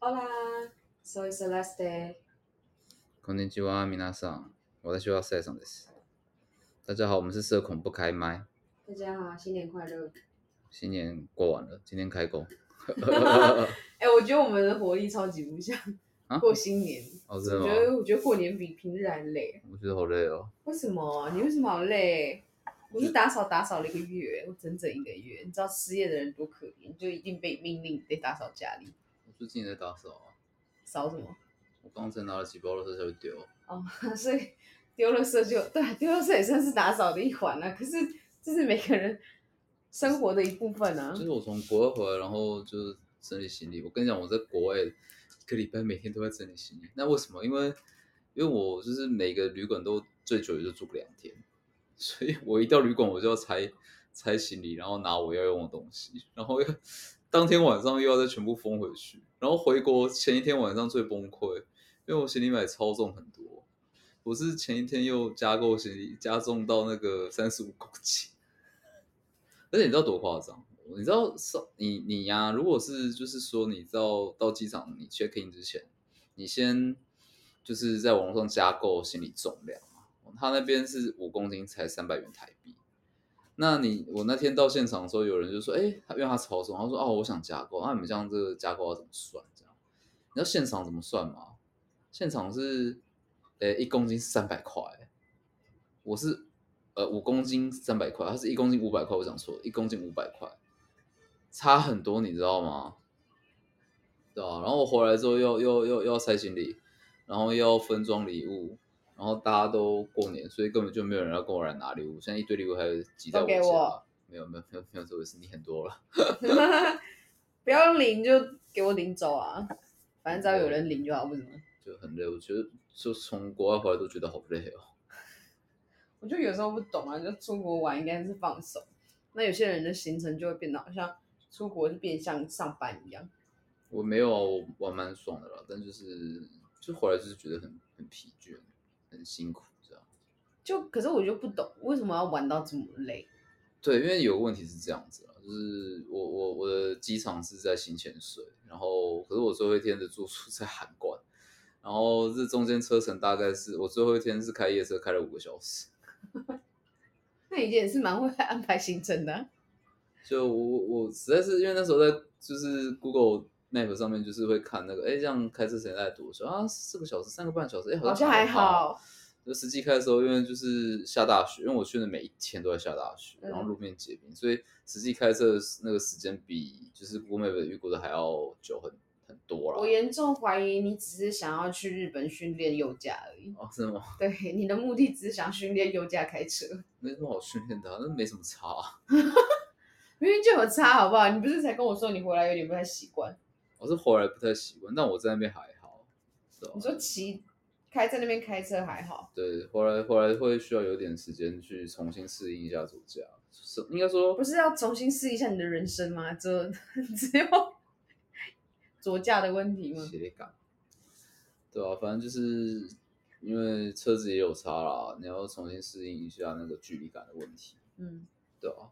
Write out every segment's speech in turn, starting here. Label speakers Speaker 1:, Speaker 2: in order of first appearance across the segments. Speaker 1: Hola, soy Celeste。
Speaker 2: こんにちは、皆さん。私はセイソンです。大家好，我们是社恐不开麦。
Speaker 1: 大家好，新年快乐！
Speaker 2: 新年过完了，今天开工。
Speaker 1: 哎、我觉得我们的活力超级不像、
Speaker 2: 啊
Speaker 1: 过新年。
Speaker 2: 哦，真
Speaker 1: 我觉
Speaker 2: 的吗？
Speaker 1: 得，我觉得过年比平日还累。
Speaker 2: 我觉得好累哦。
Speaker 1: 为什么？你为什么好累？我是打扫打扫了一个月，我整整一个月。你知道失业的人多可怜，就一定被命令得打扫家里。
Speaker 2: 我最近也在打扫啊，
Speaker 1: 扫什么？
Speaker 2: 我刚才拿了几包垃圾才会丢。
Speaker 1: 哦，所以丢了色就对啊，丢了色也算是打扫的一环啊。可是这是每个人生活的一部分啊
Speaker 2: 就。是我从国外回来，然后就是整理行李。我跟你讲，我在国外一个礼拜每天都在整理行李。那为什么？因为因为我就是每个旅馆都最久也就住个两天， 所以我一到旅馆我就要拆拆行李，然后拿我要用的东西，然后又当天晚上又要再全部封回去。然后回国前一天晚上最崩溃，因为我行李买超重很多。我是前一天又加购行李，加重到那个三十五公斤，而且你知道多夸张？你知道上你你呀、如果是就是说你到到机场你 check in 之前，你先就是在网络上加购行李重量嘛，他那边是五公斤才三百元台币。那你我那天到现场的时候，有人就说：“哎、因为他超重，他说哦，我想加购。那你们这样这个加购要怎么算？这样你知道现场怎么算吗？现场是呃一公斤三百块，我是呃五公斤三百块，他是一公斤五百块，我讲错了，一公斤五百块，差很多，你知道吗？对啊，然后我回来之后又又又又要拆行李，然后又要分装礼物，然后大家都过年，所以根本就没有人要跟我来拿礼物，现在一堆礼物还挤在
Speaker 1: 都
Speaker 2: 我
Speaker 1: 给
Speaker 2: 家，
Speaker 1: 我
Speaker 2: 没有没有没有没有这回事，你很多了，
Speaker 1: 不要领就给我领走啊，反正只要有人领就好，为什么？
Speaker 2: 就很累，我觉得就从国外回来都觉得好累哦。
Speaker 1: 我就有时候不懂啊，就出国玩应该是放手，那有些人的行程就会变得好像出国就变像上班一样。
Speaker 2: 我没有啊，我玩蛮爽的啦，但就是就回来就是觉得很很疲倦，很辛苦这样。
Speaker 1: 就可是我就不懂为什么要玩到这么累，
Speaker 2: 对，因为有个问题是这样子啊，就是我我我的机场是在新千岁，然后可是我最后一天的住宿在函馆，然后这中间车程大概是我最后一天是开夜车开了五个小时，
Speaker 1: 那你也是蛮会安排行程的啊、
Speaker 2: 就我我实在是因为那时候在就是 Google Map 上面就是会看那个，哎，这样开车时间大概多久啊？四个小时，三个半小时，哎，
Speaker 1: 好像
Speaker 2: 像
Speaker 1: 还
Speaker 2: 好。
Speaker 1: 好。
Speaker 2: 就实际开的时候，因为就是下大雪，因为我去的每一天都在下大雪，
Speaker 1: 嗯
Speaker 2: 然后路面结冰，所以实际开车的那个时间比就是 Google Map 预估的还要久很很多 啦。
Speaker 1: 我严重怀疑你只是想要去日本训练右驾而已，
Speaker 2: 哦，真的吗？
Speaker 1: 对，你的目的只是想训练右驾开车，
Speaker 2: 没什么好训练的、啊，那没什么差、啊。
Speaker 1: 明明就有差好不好？你不是才跟我说你回来有点不太习惯？
Speaker 2: 我是回来不太习惯，但我在那边还好。对吧
Speaker 1: 你说骑开在那边开车还好，
Speaker 2: 对，回来回来会需要有点时间去重新适应一下主驾，是应该说
Speaker 1: 不是要重新试一下你的人生吗？这 只有左驾的问题吗？
Speaker 2: 斜感。对啊，反正就是因为车子也有差啦，你要重新适应一下那个距离感的问题，
Speaker 1: 嗯，
Speaker 2: 对啊。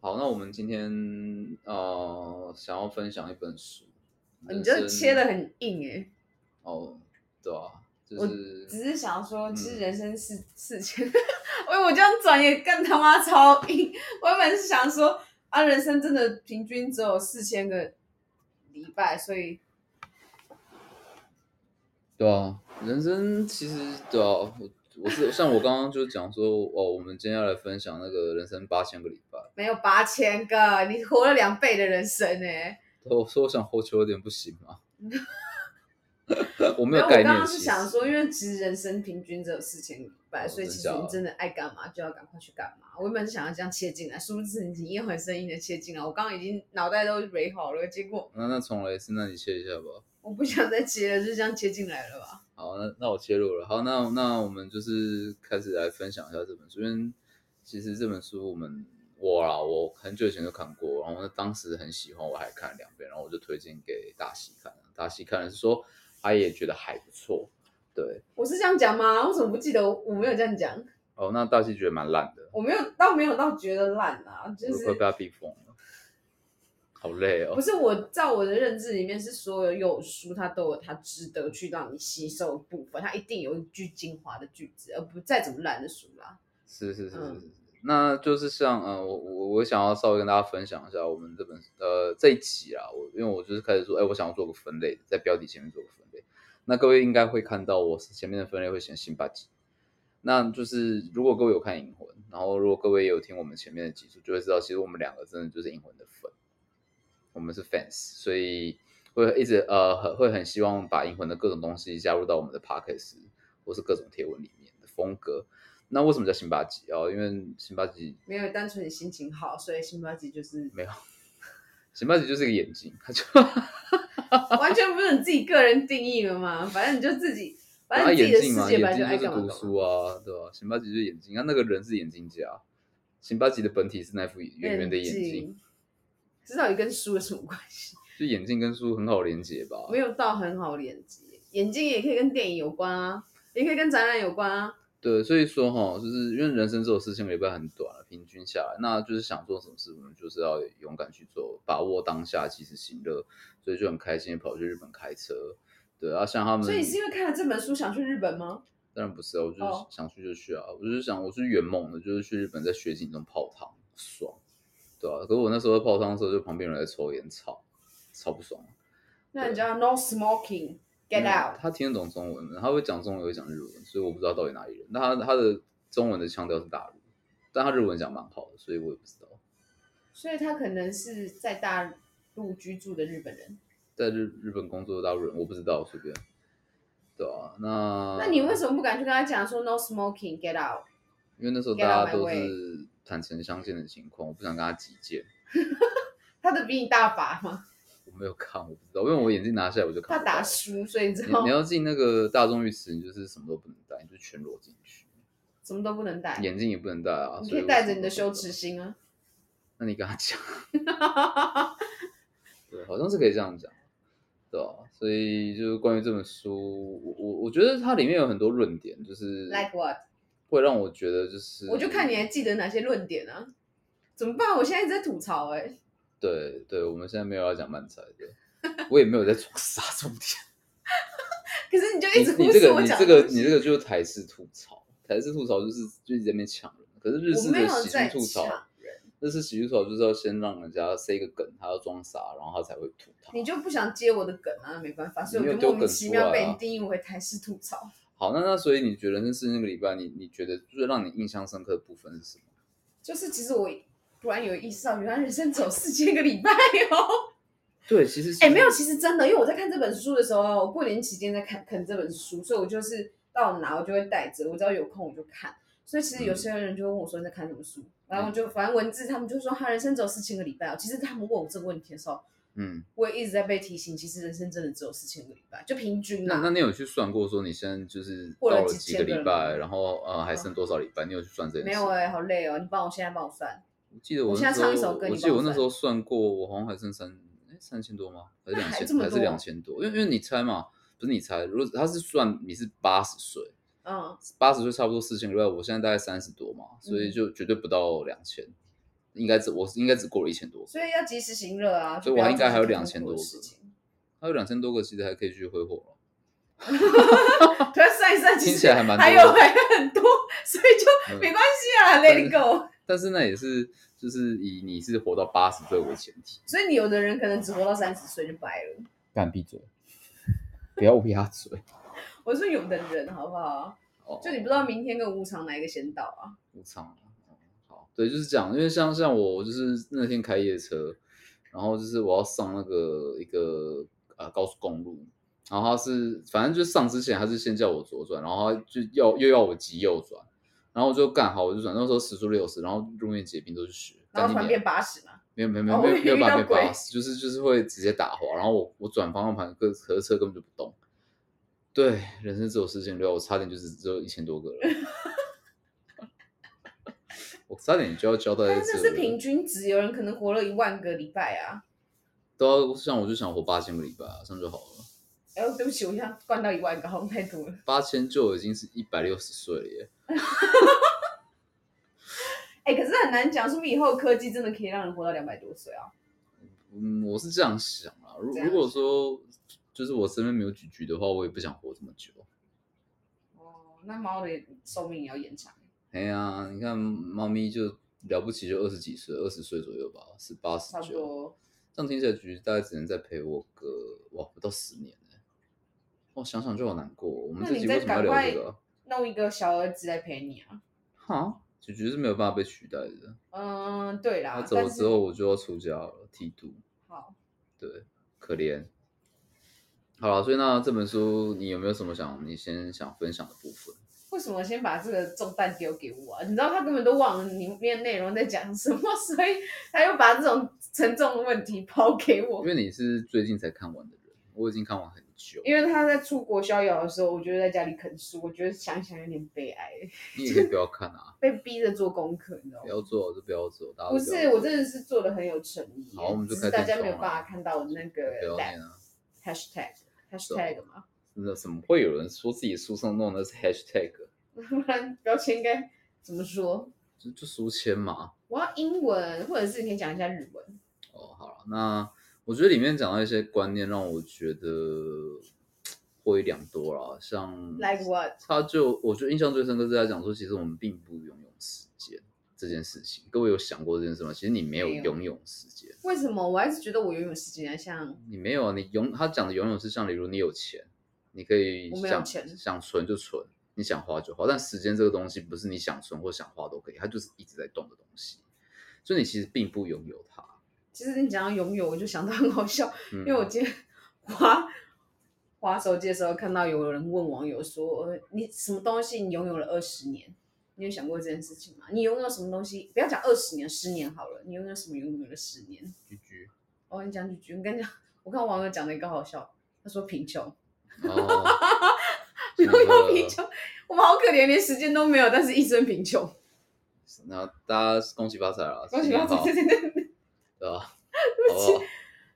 Speaker 2: 好，那我们今天呃想要分享一本书，
Speaker 1: 哦你这切的
Speaker 2: 的
Speaker 1: 很硬哎、
Speaker 2: 哦，对啊，就
Speaker 1: 我
Speaker 2: 是
Speaker 1: 只是想说，
Speaker 2: 嗯
Speaker 1: 其实人生是事情， 我我这样转也更他妈超硬。我原本是想说啊，人生真的平均只有四千个礼拜，所以
Speaker 2: 对啊，人生其实对啊，我我是像我刚刚就讲说哦，我们今天要来分享那个人生八千个礼拜，
Speaker 1: 没有八千个，你活了两倍的人生哎、
Speaker 2: 我说我想活久一点不行 吗？我没
Speaker 1: 没有，
Speaker 2: 有
Speaker 1: 我
Speaker 2: 概念。
Speaker 1: 刚刚是
Speaker 2: 其
Speaker 1: 想
Speaker 2: 实
Speaker 1: 说，因为其实人生平均只有四千礼拜，
Speaker 2: 哦
Speaker 1: 所以其实
Speaker 2: 真假
Speaker 1: 你真的爱干嘛就要赶快去干嘛。我原本是想要这样切进来，殊不知你又很生硬的切进来。我刚刚已经脑袋都蕊好了，结果
Speaker 2: 那那重来一次，那你切一下吧。
Speaker 1: 我不想再切了，就这样切进来了吧。
Speaker 2: 好，那那我切入了。好，那那我们就是开始来分享一下这本书，因为其实这本书我们我啦，我很久以前就看过，然后呢当时很喜欢，我还看了两遍，然后我就推荐给大西看了。大西看了是说他也觉得还不错，对。
Speaker 1: 我是这样讲吗？我怎么不记得我没有这样讲？
Speaker 2: 哦，那大西觉得蛮烂的，
Speaker 1: 我没有到没有到觉得烂啊，就
Speaker 2: 我
Speaker 1: 是
Speaker 2: 快被他逼疯了。好累
Speaker 1: 不
Speaker 2: 哦。
Speaker 1: 是我在我的认知里面，是所有有书它都有它值得去让你吸收的部分，它一定有一句精华的句子，而不再怎么烂的书啦。
Speaker 2: 是是是是
Speaker 1: 嗯
Speaker 2: 是，是那就是像嗯，我我我想要稍微跟大家分享一下我们这本呃这一期啦，我因为我就是开始说，哎，我想要做个分类，在标题前面做个分类。那各位应该会看到我前面的分类会写辛巴集，那就是如果各位有看银魂，然后如果各位有听我们前面的集数，就会知道其实我们两个真的就是银魂的粉，我们是 fans，所以会一直呃很会很希望把银魂的各种东西加入到我们的 podcast 或是各种贴文里面的风格。那为什么叫辛巴集哦？因为辛巴集
Speaker 1: 没有，单纯你心情好，所以辛巴吉就是
Speaker 2: 没有，辛巴集就是个眼睛，它就
Speaker 1: 完全不是你自己个人定义的嘛。反正你就自己，反
Speaker 2: 它
Speaker 1: 正你自己的
Speaker 2: 眼镜
Speaker 1: 世
Speaker 2: 嘛，
Speaker 1: 界本
Speaker 2: 眼
Speaker 1: 来就爱
Speaker 2: 睛就是
Speaker 1: 干嘛
Speaker 2: 读
Speaker 1: 干嘛。
Speaker 2: 书啊，对吧、辛巴集就是眼睛，那那个人是眼睛家，辛巴集的本体是那副圆圆的眼睛，
Speaker 1: 镜，这到底跟书有什么关系？
Speaker 2: 就眼镜跟书很好连接吧？
Speaker 1: 没有到很好的连接，眼睛也可以跟电影有关啊，也可以跟展览有关啊。
Speaker 2: 对，所以说哈，就是因为人生只有四千个礼拜很短了，平均下来，那就是想做什么事，我们就是要勇敢去做，把握当下，及时行乐，所以就很开心地跑去日本开车。对啊，像他们，
Speaker 1: 所以你是因为看了这本书想去日本吗？
Speaker 2: 当然不是啊，我就是
Speaker 1: 哦
Speaker 2: 想去就去啊，我就是想我是圆梦的，就是去日本在雪景中泡汤，爽，对啊。可是我那时候在泡汤的时候，就旁边有人在抽烟，吵，超不爽。
Speaker 1: 那你叫 No Smoking Get
Speaker 2: 没有
Speaker 1: Out。
Speaker 2: 他听得懂中文的，他会讲中文，也会讲日文，所以我不知道到底哪里人。那他他的中文的腔调是大陆，但他日文讲蛮好的，所以我也不知道。
Speaker 1: 所以他可能是在大陆居住的日本人。
Speaker 2: 在日日本工作的大陆人，我不知道，随便。对啊，那
Speaker 1: 那你为什么不敢去跟他讲说 no smoking get out？
Speaker 2: 因为那时候
Speaker 1: Get out
Speaker 2: 大家
Speaker 1: my
Speaker 2: 都
Speaker 1: way
Speaker 2: 是坦诚相见的情况，我不想跟他击剑。
Speaker 1: 他的比你大把吗？
Speaker 2: 我没有看，我不知道，因为我眼镜拿下来我就看
Speaker 1: 他
Speaker 2: 不到。
Speaker 1: 打哦输，所以你知
Speaker 2: 你
Speaker 1: 道
Speaker 2: 你要进那个大众浴池，你就是什么都不能带，你就全裸进去，
Speaker 1: 什么都不能带，
Speaker 2: 眼镜也不能带啊。
Speaker 1: 你
Speaker 2: 所
Speaker 1: 可
Speaker 2: 以
Speaker 1: 以
Speaker 2: 我
Speaker 1: 带
Speaker 2: 什
Speaker 1: 着
Speaker 2: 么
Speaker 1: 你的
Speaker 2: 都不
Speaker 1: 羞
Speaker 2: 能
Speaker 1: 耻
Speaker 2: 带。
Speaker 1: 心啊。
Speaker 2: 那你跟他 讲，对，啊好像是可以这样讲，对啊？所以就是关于这本书，我我我觉得它里面有很多论点，就是
Speaker 1: like what？
Speaker 2: 会让我觉得就是，
Speaker 1: 我就看你还记得哪些论点啊？怎么办？我现在一直在吐槽哎、
Speaker 2: 对对，我们现在没有要讲漫才的，我也没有在装傻重点。
Speaker 1: 可是你就
Speaker 2: 你
Speaker 1: 一直
Speaker 2: 你
Speaker 1: 忽
Speaker 2: 这
Speaker 1: 视
Speaker 2: 个
Speaker 1: 我
Speaker 2: 你
Speaker 1: 讲
Speaker 2: 这
Speaker 1: 的
Speaker 2: 个
Speaker 1: 东西
Speaker 2: 你这个就是台式吐槽，台式吐槽就是就是在那边抢人，可是日
Speaker 1: 我
Speaker 2: 式
Speaker 1: 没
Speaker 2: 的
Speaker 1: 有
Speaker 2: 喜
Speaker 1: 在
Speaker 2: 剧吐槽，
Speaker 1: 抢人，
Speaker 2: 日式喜剧吐槽就是要先让人家塞一个梗，他要装傻，然后他才会吐槽。
Speaker 1: 你就不想接我的梗啊？没办法，所以
Speaker 2: 你
Speaker 1: 我
Speaker 2: 没有
Speaker 1: 就
Speaker 2: 丢
Speaker 1: 莫名
Speaker 2: 梗
Speaker 1: 其
Speaker 2: 出
Speaker 1: 妙
Speaker 2: 来
Speaker 1: 被
Speaker 2: 啊
Speaker 1: 你定义为台式吐槽。
Speaker 2: 好，那那所以你觉得那是那个礼拜你你觉得最让你印象深刻的部分是什么？
Speaker 1: 就是其实我突然有意识到，原来人生走四千个礼拜哦。
Speaker 2: 对，其实
Speaker 1: 哎、没有，其实真的，因为我在看这本书的时候，我过年期间在看看这本书，所以我就是到哪我就会带着，我只要有空我就看。所以其实
Speaker 2: 嗯
Speaker 1: 有些人就会问我说你在看什么书，然后我就反正文字他们就说啊他人生只有四千个礼拜哦。其实他们问我这个问题的时候，
Speaker 2: 嗯，
Speaker 1: 我也一直在被提醒，其实人生真的只有四千个礼拜，就平均
Speaker 2: 那
Speaker 1: 啦。
Speaker 2: 那你有去算过说你现在就是
Speaker 1: 过了
Speaker 2: 到了
Speaker 1: 几
Speaker 2: 几
Speaker 1: 千
Speaker 2: 个
Speaker 1: 个
Speaker 2: 礼
Speaker 1: 了吗啊
Speaker 2: 拜，然后呃还剩多少礼拜？你有去算这件
Speaker 1: 没
Speaker 2: 事？
Speaker 1: 有哎、好累哦！你帮我现在帮我算，
Speaker 2: 我记得我
Speaker 1: 我
Speaker 2: 那
Speaker 1: 现在
Speaker 2: 时候，
Speaker 1: 唱一首歌
Speaker 2: 我
Speaker 1: 你
Speaker 2: 记得
Speaker 1: 帮
Speaker 2: 我
Speaker 1: 我算
Speaker 2: 那时候算过，我好像还剩三哎三千多吗？还是
Speaker 1: 那
Speaker 2: 两
Speaker 1: 还
Speaker 2: 千
Speaker 1: 这？么
Speaker 2: 还是
Speaker 1: 多
Speaker 2: 两千多？因为因为你猜嘛，不是你猜，如果他是算你是八十岁，
Speaker 1: 嗯，
Speaker 2: 八十岁差不多四千个礼拜，我现在大概三十多嘛，所以
Speaker 1: 嗯
Speaker 2: 就绝对不到两千、应该只我应该只过了一千多个，
Speaker 1: 所以要及时行乐啊。
Speaker 2: 所
Speaker 1: 就
Speaker 2: 以
Speaker 1: 不
Speaker 2: 我
Speaker 1: 要
Speaker 2: 应该还有
Speaker 1: 做这么
Speaker 2: 2000
Speaker 1: 痛苦的
Speaker 2: 多
Speaker 1: 事
Speaker 2: 个
Speaker 1: 情
Speaker 2: 还有两千多个，其实还可以去挥霍了。
Speaker 1: 突然算一算，其
Speaker 2: 听
Speaker 1: 实
Speaker 2: 起来还蛮
Speaker 1: 还
Speaker 2: 多
Speaker 1: 有
Speaker 2: 的
Speaker 1: 还有很多，所以就
Speaker 2: 嗯
Speaker 1: 没关系啊，Let it go。
Speaker 2: 但是那也是就是以你是活到八十岁为前提。
Speaker 1: 所以你有的人可能只活到三十岁就掰了。
Speaker 2: 干 闭嘴，不要乌鸦嘴。
Speaker 1: 我说有的人好不好？
Speaker 2: 哦
Speaker 1: 就你不知道明天跟无常哪一个先到啊？
Speaker 2: 无偿啊。哦好，对，就是这样。因为像像我，我就是那天开夜车，然后就是我要上那个一个呃高速公路，然后他是反正就是上之前他是先叫我左转，然后他就要又要我急右转，然后我就干好我就转，那时候时速六十，然后路面结冰都是雪，
Speaker 1: 然后
Speaker 2: 干
Speaker 1: 突然
Speaker 2: 你娘
Speaker 1: 变八十嘛？
Speaker 2: 没有没有没
Speaker 1: 哦
Speaker 2: 有
Speaker 1: 我
Speaker 2: 没
Speaker 1: 以为
Speaker 2: 有没有
Speaker 1: 遇
Speaker 2: 办
Speaker 1: 到
Speaker 2: 法被
Speaker 1: 鬼
Speaker 2: 扒死，就是就是会直接打滑，然后我我转方向盘，各和车根本就不动。对，人生只有四千六，我差点就是只有一千多个了。我差点就要交代在
Speaker 1: 但
Speaker 2: 这
Speaker 1: 是
Speaker 2: 了。
Speaker 1: 是平均值，有人可能活了一万个礼拜啊。
Speaker 2: 对啊，像我就想活八千个礼拜啊，这样就好了。
Speaker 1: 哎呦，对不起，我一下灌到一万个，好像太多了。
Speaker 2: 八千就已经是一百六十岁了耶。
Speaker 1: 哎，可是很难讲，说不定以后科技真的可以让人活到两百多岁啊？
Speaker 2: 嗯，我是这样想啦。如
Speaker 1: 这样
Speaker 2: 如果说就是我身边没有菊菊的话，我也不想活这么久。
Speaker 1: 哦，那猫的寿命也要延长。
Speaker 2: 哎呀，你看猫咪就了不起，就二十几岁，二十岁左右吧，十八十
Speaker 1: 差不
Speaker 2: 九。
Speaker 1: 多，
Speaker 2: 这样听起来，菊菊大概只能再陪我个哇不到十年呢、我想想就好难过。我们
Speaker 1: 那
Speaker 2: 这
Speaker 1: 你
Speaker 2: 集为
Speaker 1: 再
Speaker 2: 什么要
Speaker 1: 赶
Speaker 2: 聊
Speaker 1: 快
Speaker 2: 这个啊？
Speaker 1: 弄一个小儿子来陪你啊。
Speaker 2: 哈，菊菊是没有办法被取代的。
Speaker 1: 嗯，对
Speaker 2: 她
Speaker 1: 啦，
Speaker 2: 走
Speaker 1: 但
Speaker 2: 了
Speaker 1: 是
Speaker 2: 之后，我就要出家了，剃度。
Speaker 1: 好，
Speaker 2: 对，可怜。好了，所以那这本书你有没有什么想你先想分享的部分？
Speaker 1: 为什么先把这个重担丢给我啊？你知道他根本都忘了里面内容在讲什么， 所以他又把这种沉重的问题抛给
Speaker 2: 因
Speaker 1: 我。
Speaker 2: 为你是最近才看完的人，我已经看完很久，
Speaker 1: 因为他在出国逍遥的时候，我就在家里啃书，我觉得想想有点悲哀，
Speaker 2: 你也可以不要看啊，
Speaker 1: 被逼着做功课，你知道
Speaker 2: 不
Speaker 1: 吗？
Speaker 2: 要做就不要做，大家都
Speaker 1: 不
Speaker 2: 不
Speaker 1: 是，
Speaker 2: 要
Speaker 1: 我
Speaker 2: 做
Speaker 1: 真的是做的很有诚意，
Speaker 2: 好我们就
Speaker 1: 只
Speaker 2: 开
Speaker 1: 是大家
Speaker 2: 电
Speaker 1: 没有
Speaker 2: 商
Speaker 1: 办法
Speaker 2: 了
Speaker 1: 看到我那个
Speaker 2: 不要
Speaker 1: that
Speaker 2: 念啊，
Speaker 1: hashtag hashtag 嘛，
Speaker 2: 真的怎么会有人说自己书上弄的是 hashtag？
Speaker 1: 不然标签应该怎么说？
Speaker 2: 就就书签嘛。
Speaker 1: 我要英文，或者是你可以讲一下日文。
Speaker 2: 哦，好了，那我觉得里面讲到一些观念，让我觉得获益良多啦，像
Speaker 1: Like what？
Speaker 2: 他就我觉得印象最深刻是在讲说，其实我们并不拥有时间这件事情。各位有想过这件事吗？其实你没有
Speaker 1: 没有
Speaker 2: 拥有时间，
Speaker 1: 为什么我还是觉得我游泳时间像
Speaker 2: 你没有啊。你拥他讲的拥有是像，例如你有钱，你可以
Speaker 1: 我没有
Speaker 2: 想
Speaker 1: 钱
Speaker 2: 想存就存，你想花就花。但时间这个东西不是你想存或想花都可以，它就是一直在动的东西，所以你其实并不拥有它。
Speaker 1: 其实你讲到拥有，我就想到很好笑，
Speaker 2: 嗯、
Speaker 1: 因为我今天滑滑手机的时候，看到有人问网友说：“呃，你什么东西你拥有了二十年？”你有想过这件事情吗？你拥有什么东西？不要讲二十年，十年好了，你拥有什么拥有了十年？
Speaker 2: 居居
Speaker 1: 我跟你讲几句，我跟你讲，我看网友讲了一个好笑，他说贫穷，
Speaker 2: 哦，
Speaker 1: 拥有贫
Speaker 2: 这个
Speaker 1: 穷，我们好可怜，连时间都没有，但是一生贫穷。
Speaker 2: 那大家恭喜发财了，
Speaker 1: 恭喜发财！
Speaker 2: 新
Speaker 1: 对
Speaker 2: 年
Speaker 1: 对对，
Speaker 2: 好 对吧？哦好不好？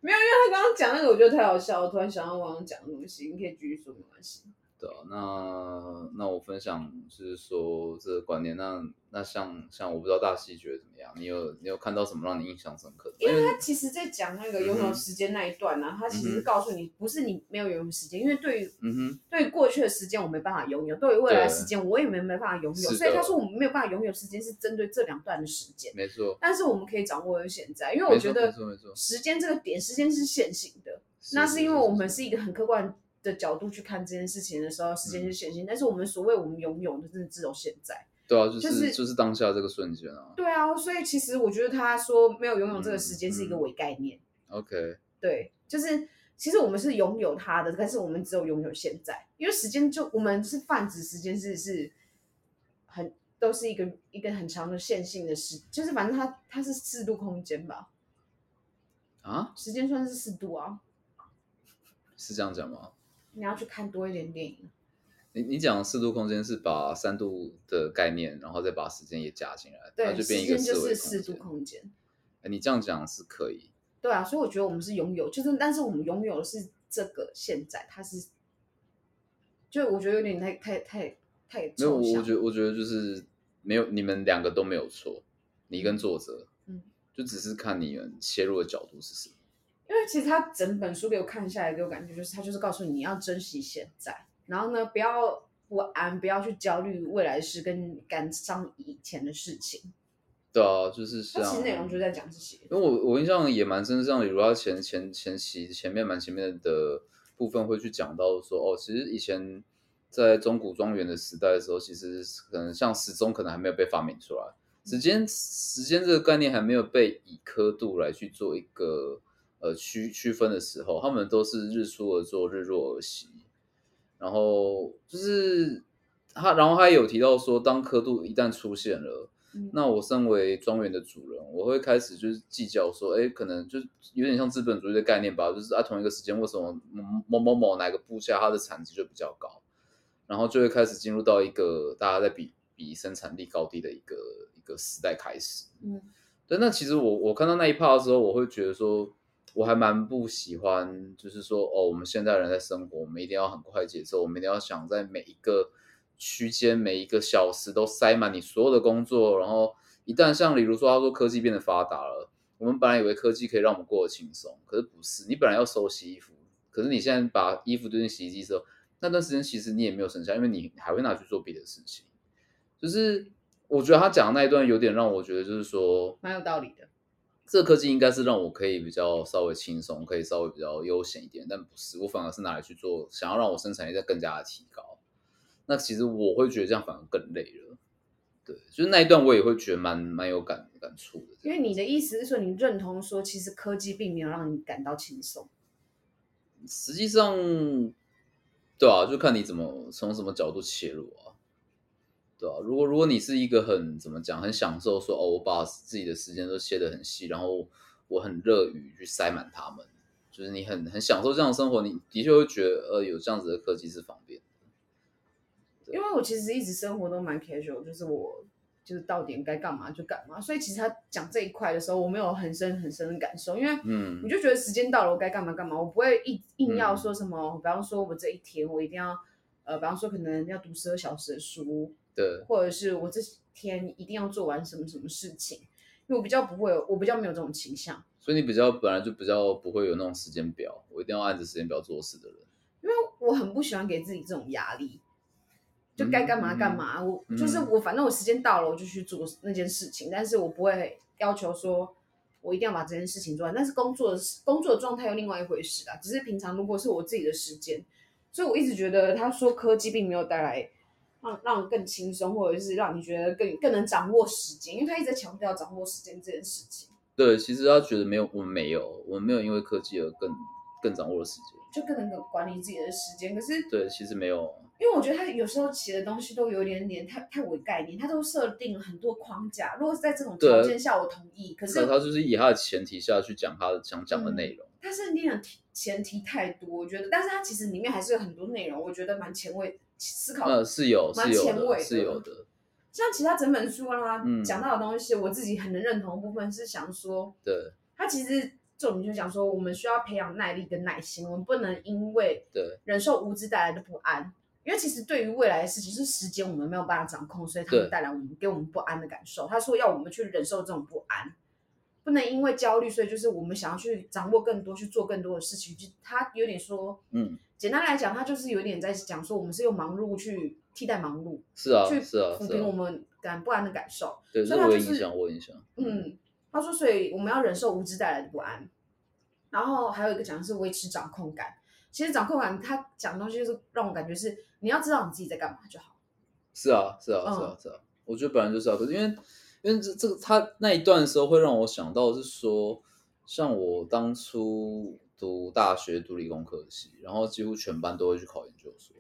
Speaker 1: 没有，因为他刚刚讲那个，我觉得太好笑了，我突然想到我刚刚讲的东西，你可以继续说，没关系。
Speaker 2: 对啊，那那我分享就是说这个观念，那那像像我不知道大西觉得怎么样，你有你有看到什么让你印象深刻的吗？因为
Speaker 1: 他其实，在讲那个游泳时间那一段呢、他其
Speaker 2: 嗯
Speaker 1: 实
Speaker 2: 哼
Speaker 1: 告诉你，不是你没有游泳时间，因为对于
Speaker 2: 嗯哼，
Speaker 1: 对于过去的时间我没办法拥有，对于未来的
Speaker 2: 对
Speaker 1: 时间我也没没办法拥有，
Speaker 2: 是的
Speaker 1: 所以他说我们没有办法拥有时间是针对这两段的时间，
Speaker 2: 没错，
Speaker 1: 但是我们可以掌握现在，因为
Speaker 2: 没
Speaker 1: 我觉
Speaker 2: 错
Speaker 1: 得
Speaker 2: 没错没错，
Speaker 1: 时间这个点，时间是线性的，那是因为我们是一个很客观的角度去看这件事情的时候，时间是线性，但是我们所谓我们拥有的，真的只有现在。
Speaker 2: 对啊，就是、
Speaker 1: 就
Speaker 2: 就是当下这个瞬间啊
Speaker 1: 对啊，所以其实我觉得他说没有拥有这个时间
Speaker 2: 嗯
Speaker 1: 是一个伪概念，
Speaker 2: ，OK，
Speaker 1: 对，就是其实我们是拥有它的，但是我们只有拥有现在，因为时间就我们是泛指时间是是很都是一个一个很长的线性的时，就是反正它它是四度空间吧，
Speaker 2: 啊，
Speaker 1: 时间算是四度啊，
Speaker 2: 是这样讲吗？
Speaker 1: 你要去看多一点电影，
Speaker 2: 你你讲四度空间是把三度的概念，然后再把时间也加进来，那
Speaker 1: 对，
Speaker 2: 就
Speaker 1: 时
Speaker 2: 变一个
Speaker 1: 间就
Speaker 2: 维
Speaker 1: 是四度
Speaker 2: 间。
Speaker 1: 空间。
Speaker 2: 哎你这样讲是可以，
Speaker 1: 对啊，所以我觉得我们是拥有，就是但是我们拥有的是这个现在，它是，就我觉得有点太太太太
Speaker 2: 没有，
Speaker 1: 抽
Speaker 2: 我我
Speaker 1: 象
Speaker 2: 觉。得我觉得就是没有，你们两个都没有错，你跟作者，
Speaker 1: 嗯，
Speaker 2: 就只是看你们切入的角度是什么。
Speaker 1: 因为其实他整本书给我看下来，给我感觉就是他就是告诉你你要珍惜现在，然后呢不要不安，不要去焦虑未来的事跟感伤以前的事情。
Speaker 2: 对啊，就是
Speaker 1: 它
Speaker 2: 像，
Speaker 1: 其实内容就在讲这些。
Speaker 2: 因为我我印象也蛮深，像比如他前前前期前面蛮前面的部分会去讲到说，哦，其实以前在中古庄园的时代的时候，其实可能像时钟可能还没有被发明出来，时间时间这个概念还没有被以刻度来去做一个呃区区分的时候，他们都是日出而作，日落而息。然后就是他，然后他也有提到说，当刻度一旦出现了。
Speaker 1: 嗯
Speaker 2: 那我身为庄园的主人，我会开始就是计较说，哎，可能就是有点像资本主义的概念吧，就是啊，同一个时间为什么某某某哪个部下它的产值就比较高，然后就会开始进入到一个大家在比比生产力高低的一个一个时代开始。
Speaker 1: 嗯，
Speaker 2: 对，那其实我我看到那一 part 的时候，我会觉得说，我还蛮不喜欢，就是说，哦，我们现代人在生活，我们一定要很快节奏，我们一定要想在每一个区间、每一个小时都塞满你所有的工作，然后一旦像比如说，他说科技变得发达了，我们本来以为科技可以让我们过得轻松，可是不是。你本来要收洗衣服，可是你现在把衣服丢进洗衣机之后，那段时间其实你也没有剩下，因为你还会拿去做别的事情。就是我觉得他讲的那一段有点让我觉得，就是说
Speaker 1: 蛮有道理的。
Speaker 2: 这个科技应该是让我可以比较稍微轻松，可以稍微比较悠闲一点，但不是，我反而是拿来去做，想要让我生产力再更加的提高。那其实我会觉得这样反而更累了。对，就是那一段我也会觉得蛮蛮有感感触的。
Speaker 1: 因为你的意思是说，你认同说，其实科技并没有让你感到轻松。
Speaker 2: 实际上，对啊，就看你怎么从什么角度切入啊，对啊。如果如果你是一个很怎么讲，很享受说哦，我把自己的时间都切得很细，然后我很乐于去塞满他们，就是你很很享受这样的生活，你的确会觉得呃有这样子的科技是方便。
Speaker 1: 因为我其实一直生活都蛮 casual，就是我就是到点该干嘛就干嘛，所以其实他讲这一块的时候，我没有很深很深的感受，因为
Speaker 2: 嗯
Speaker 1: 你就觉得时间到了，我该干嘛干嘛，我不会硬硬要说什么，比方说我这一天我一定要，呃，比方说可能要读十二小时的书，
Speaker 2: 对，
Speaker 1: 或者是我这天一定要做完什么什么事情，因为我比较不会有，我比较没有这种倾向，
Speaker 2: 所以你比较本来就比较不会有那种时间表，我一定要按着时间表做事的人。
Speaker 1: 因为我很不喜欢给自己这种压力。就该干嘛干嘛，我就是
Speaker 2: 嗯
Speaker 1: 我，反正我时间到了我就去做那件事情，但是我不会要求说我一定要把这件事情做完。但是工作的事工作的状态又另外一回事啊，只是平常如果是我自己的时间，所以我一直觉得他说科技并没有带来让让更轻松，或者是让你觉得更更能掌握时间，因为他一直在强调掌握时间这件事情，
Speaker 2: 对，其实他觉得没有，我们没有，我们没有因为科技而更更掌握了时间。
Speaker 1: 就更能管理自己的时间。可是
Speaker 2: 对，其实没有。
Speaker 1: 因为我觉得他有时候写的东西都有点点太太伪概念，他都设定了很多框架。如果是在这种条件下，我同意。可
Speaker 2: 那
Speaker 1: 是嗯
Speaker 2: 他就是以他的前提下去讲他想讲的内容。
Speaker 1: 他是你的前提太多，我觉得，但是他其实里面还是有很多内容，我觉得蛮前卫思考。
Speaker 2: 呃，是有
Speaker 1: 蛮
Speaker 2: 是有
Speaker 1: 前卫
Speaker 2: 的，
Speaker 1: 的
Speaker 2: 是有的，
Speaker 1: 像其他整本书啦、
Speaker 2: 嗯
Speaker 1: 讲到的东西，我自己很能认同的部分是想说，
Speaker 2: 对
Speaker 1: 他其实重点就讲说，我们需要培养耐力跟耐心，我们不能因为
Speaker 2: 对
Speaker 1: 忍受无知带来的不安。因为其实对于未来的事情是时间，我们没有办法掌控，所以它们
Speaker 2: 对
Speaker 1: 带来我们给我们不安的感受。他说要我们去忍受这种不安，不能因为焦虑，所以就是我们想要去掌握更多，去做更多的事情。就他有点说，
Speaker 2: 嗯，
Speaker 1: 简单来讲，他就是有点在讲说，我们是用忙碌去替代忙碌，
Speaker 2: 是啊
Speaker 1: 去
Speaker 2: 是啊
Speaker 1: 抚
Speaker 2: 是
Speaker 1: 平我
Speaker 2: 啊，
Speaker 1: 们感不安的感受。
Speaker 2: 对，
Speaker 1: 所
Speaker 2: 这
Speaker 1: 以他
Speaker 2: 我
Speaker 1: 就
Speaker 2: 有影
Speaker 1: 是
Speaker 2: 响，我有影响，，
Speaker 1: 嗯，他说，所以我们要忍受无知带来的不安，然后还有一个讲的是维持掌控感。其实掌控感，他讲的东西就是让我感觉是你要知道你自己在干嘛就好。
Speaker 2: 是啊是啊是啊是啊，我觉得本来就是啊，可是因为因为这这个他那一段的时候会让我想到是说，像我当初读大学读理工科系，然后几乎全班都会去考研究所，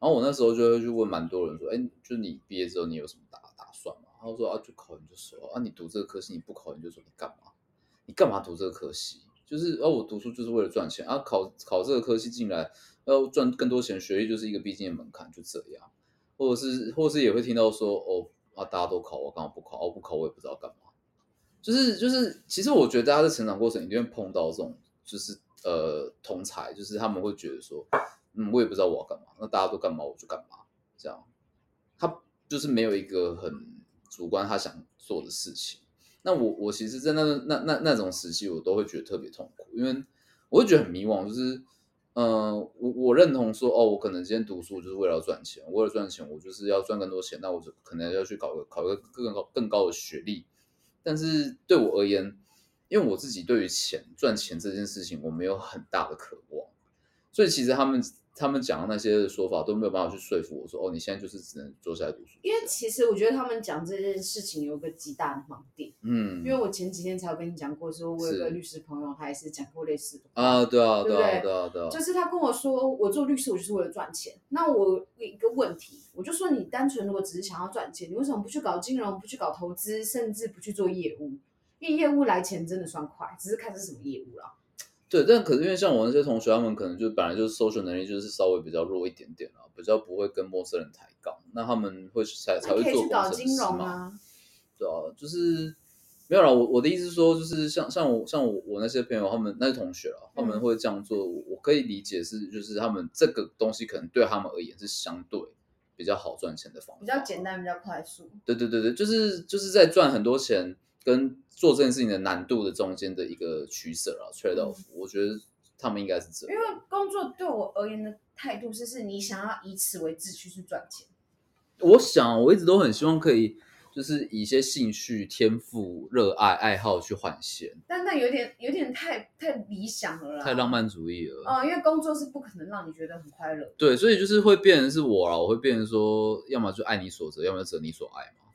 Speaker 2: 然后我那时候就会去问蛮多人说，哎，就你毕业之后你有什么打打算吗？他说啊，就考研究所啊，你读这个科系你不考研究所你干嘛？你干嘛读这个科系？就是哦，我读书就是为了赚钱啊，考考这个科系进来要赚更多钱，学历就是一个必经的门槛，就这样。或者是或者是也会听到说哦啊，大家都考，我刚好不考，哦我、不考我也不知道干嘛。就是就是，其实我觉得大家在成长过程，一定会碰到这种，就是呃同才，就是他们会觉得说，嗯，我也不知道我要干嘛，那大家都干嘛我就干嘛，这样，他就是没有一个很主观他想做的事情。那我我其实，在那那那那种时期，我都会觉得特别痛苦，因为我会觉得很迷惘，就是，呃，我我认同说，哦，我可能今天读书就是为了要赚钱，为了赚钱，我就是要赚更多钱，那我就可能要去搞个考一个更高更高的学历。但是对我而言，因为我自己对于钱赚钱这件事情，我没有很大的渴望，所以其实他们他们讲的那些说法都没有办法去说服我说，哦，你现在就是只能坐下来读书。
Speaker 1: 因为其实我觉得他们讲这件事情有个极大的盲点，
Speaker 2: 嗯，
Speaker 1: 因为我前几天才有跟你讲过，说我有个
Speaker 2: 是
Speaker 1: 律师朋友，他也是讲过类似的话。
Speaker 2: 啊，对啊，
Speaker 1: 对不
Speaker 2: 对啊，
Speaker 1: 对
Speaker 2: 对啊，对啊，
Speaker 1: 就是他跟我说，我做律师我就是为了赚钱。那我有一个问题，我就说你单纯如果只是想要赚钱，你为什么不去搞金融，不去搞投资，甚至不去做业务？因为业务来钱真的算快，只是看是什么业务啦。
Speaker 2: 对，但可是因为像我那些同学，他们可能就本来就是 social 能力就是稍微比较弱一点点啊，比较不会跟陌生人抬杠，那他们会才才
Speaker 1: 那
Speaker 2: 会
Speaker 1: 你可以
Speaker 2: 做
Speaker 1: 去
Speaker 2: 工
Speaker 1: 搞
Speaker 2: 程
Speaker 1: 金
Speaker 2: 师
Speaker 1: 融
Speaker 2: 嘛。
Speaker 1: 啊，
Speaker 2: 对啊，就是没有啦。我我的意思是说，就是像像我像我我那些朋友，他们那些同学啊，他们
Speaker 1: 嗯
Speaker 2: 会这样做，我我可以理解是就是他们这个东西可能对他们而言是相对比较好赚钱的方
Speaker 1: 啊
Speaker 2: 法，
Speaker 1: 比较简单，比较快速。
Speaker 2: 对对对对，就是就是在赚很多钱，跟做这件事情的难度的中间的一个取舍啊，trade
Speaker 1: 嗯
Speaker 2: off，、我觉得他们应该是这
Speaker 1: 因
Speaker 2: 样。
Speaker 1: 为工作对我而言的态度是，是你想要以此为志趣去赚钱。
Speaker 2: 我想我一直都很希望可以，就是以一些兴趣、天赋、热爱、爱好去换线，
Speaker 1: 但那有点有点太太理想了啦，
Speaker 2: 太浪。漫主义了。
Speaker 1: 嗯、因为工作是不可能让你觉得很快乐的。
Speaker 2: 对，所以就是会变成是我啦，我会变成说，要么就爱你所择，要么就择你所爱嘛。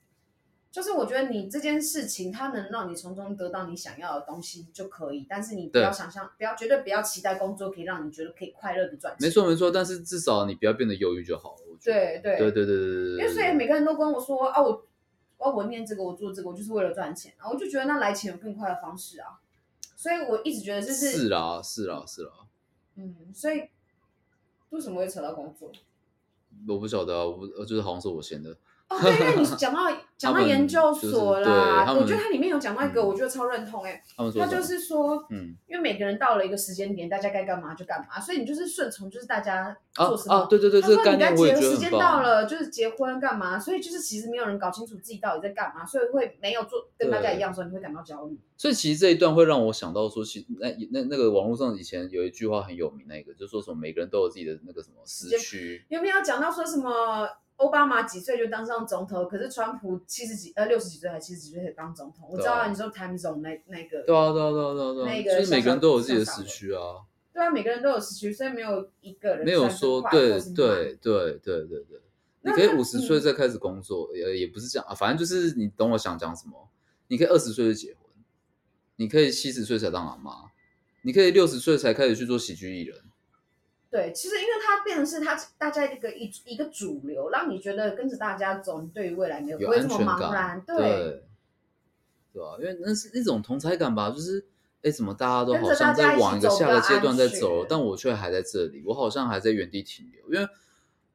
Speaker 1: 就是我觉得你这件事情，它能让你从中得到你想要的东西就可以，但是你不
Speaker 2: 对
Speaker 1: 要想象，不要绝对不要期待工作可以让你觉得可以快乐的赚钱。
Speaker 2: 没错没错，但是至少你不要变得忧郁就好了。我觉得
Speaker 1: 对对
Speaker 2: 对对对对对
Speaker 1: 因
Speaker 2: 对
Speaker 1: 为所以
Speaker 2: 对。
Speaker 1: 每个人都跟我说啊，我啊我念这个，我做这个，我就是为了赚钱啊，我就觉得那来钱有更快的方式啊，所以我一直觉得就是
Speaker 2: 啦是啦是啦，
Speaker 1: 嗯，所以为什么会扯到工作？
Speaker 2: 我不晓得啊，我不呃就是好像是我先的。
Speaker 1: 哦，对，因为你讲到讲到研究所啦，
Speaker 2: 他们就是
Speaker 1: 我觉
Speaker 2: 对他们
Speaker 1: 得它里面有讲到一个，
Speaker 2: 嗯
Speaker 1: 我觉得超认同哎、
Speaker 2: 他们说
Speaker 1: 他
Speaker 2: 什
Speaker 1: 就
Speaker 2: 么
Speaker 1: 是说，
Speaker 2: 嗯
Speaker 1: 因为每个人到了一个时间点，大家该干嘛就干嘛，所以你就是顺从，就是大家
Speaker 2: 啊
Speaker 1: 做什么。
Speaker 2: 啊对对对，
Speaker 1: 他
Speaker 2: 这个
Speaker 1: 说
Speaker 2: 概
Speaker 1: 你该
Speaker 2: 念
Speaker 1: 结
Speaker 2: 我也
Speaker 1: 了，
Speaker 2: 觉得
Speaker 1: 时间
Speaker 2: 很
Speaker 1: 到
Speaker 2: 棒。
Speaker 1: 了，就是结婚干嘛？所以就是其实没有人搞清楚自己到底在干嘛，所以会没有做跟大家一样的时候，你会感到焦虑。
Speaker 2: 所以其实这一段会让我想到说，其实那那那个网络上以前有一句话很有名，那个就说什么每个人都有自己的那个什么时
Speaker 1: 间
Speaker 2: 区，
Speaker 1: 有没有讲到说什么奥巴马几岁就当上总统，可是川普七十几呃六十几岁还七十几岁才当总统？我知道、
Speaker 2: 对啊
Speaker 1: 你说 time zone 那那个
Speaker 2: 对啊对啊对啊对啊
Speaker 1: 那
Speaker 2: 对啊，
Speaker 1: 个
Speaker 2: 就是每个人都有自己的
Speaker 1: 小小
Speaker 2: 时区啊。
Speaker 1: 对啊，每个人都有时区，所以没有一个人
Speaker 2: 没有
Speaker 1: 算是
Speaker 2: 说
Speaker 1: 快
Speaker 2: 对
Speaker 1: 或是慢
Speaker 2: 对对对对对，你
Speaker 1: 那嗯
Speaker 2: 可以
Speaker 1: 他
Speaker 2: 五十岁再开始工作，也也不是这样啊，反正就是你懂我想讲什么。你可以二十岁就结婚，你可以七十岁才当阿妈，你可以六十岁才开始去做喜剧艺人。
Speaker 1: 对，其实因为它变成是它大家一个一一个主流，让你觉得跟着大家走，你对于未来没有
Speaker 2: 有
Speaker 1: 不会这
Speaker 2: 安
Speaker 1: 么
Speaker 2: 全
Speaker 1: 茫然
Speaker 2: 感，，对对吧、因为那是一种同才感吧，就是哎，怎么大家都
Speaker 1: 跟着
Speaker 2: 好像
Speaker 1: 大家
Speaker 2: 在
Speaker 1: 一起
Speaker 2: 往一个
Speaker 1: 走
Speaker 2: 下
Speaker 1: 比
Speaker 2: 个
Speaker 1: 较
Speaker 2: 阶段在
Speaker 1: 安全
Speaker 2: 走，但我却还在这里，我好像还在原地停留，因为。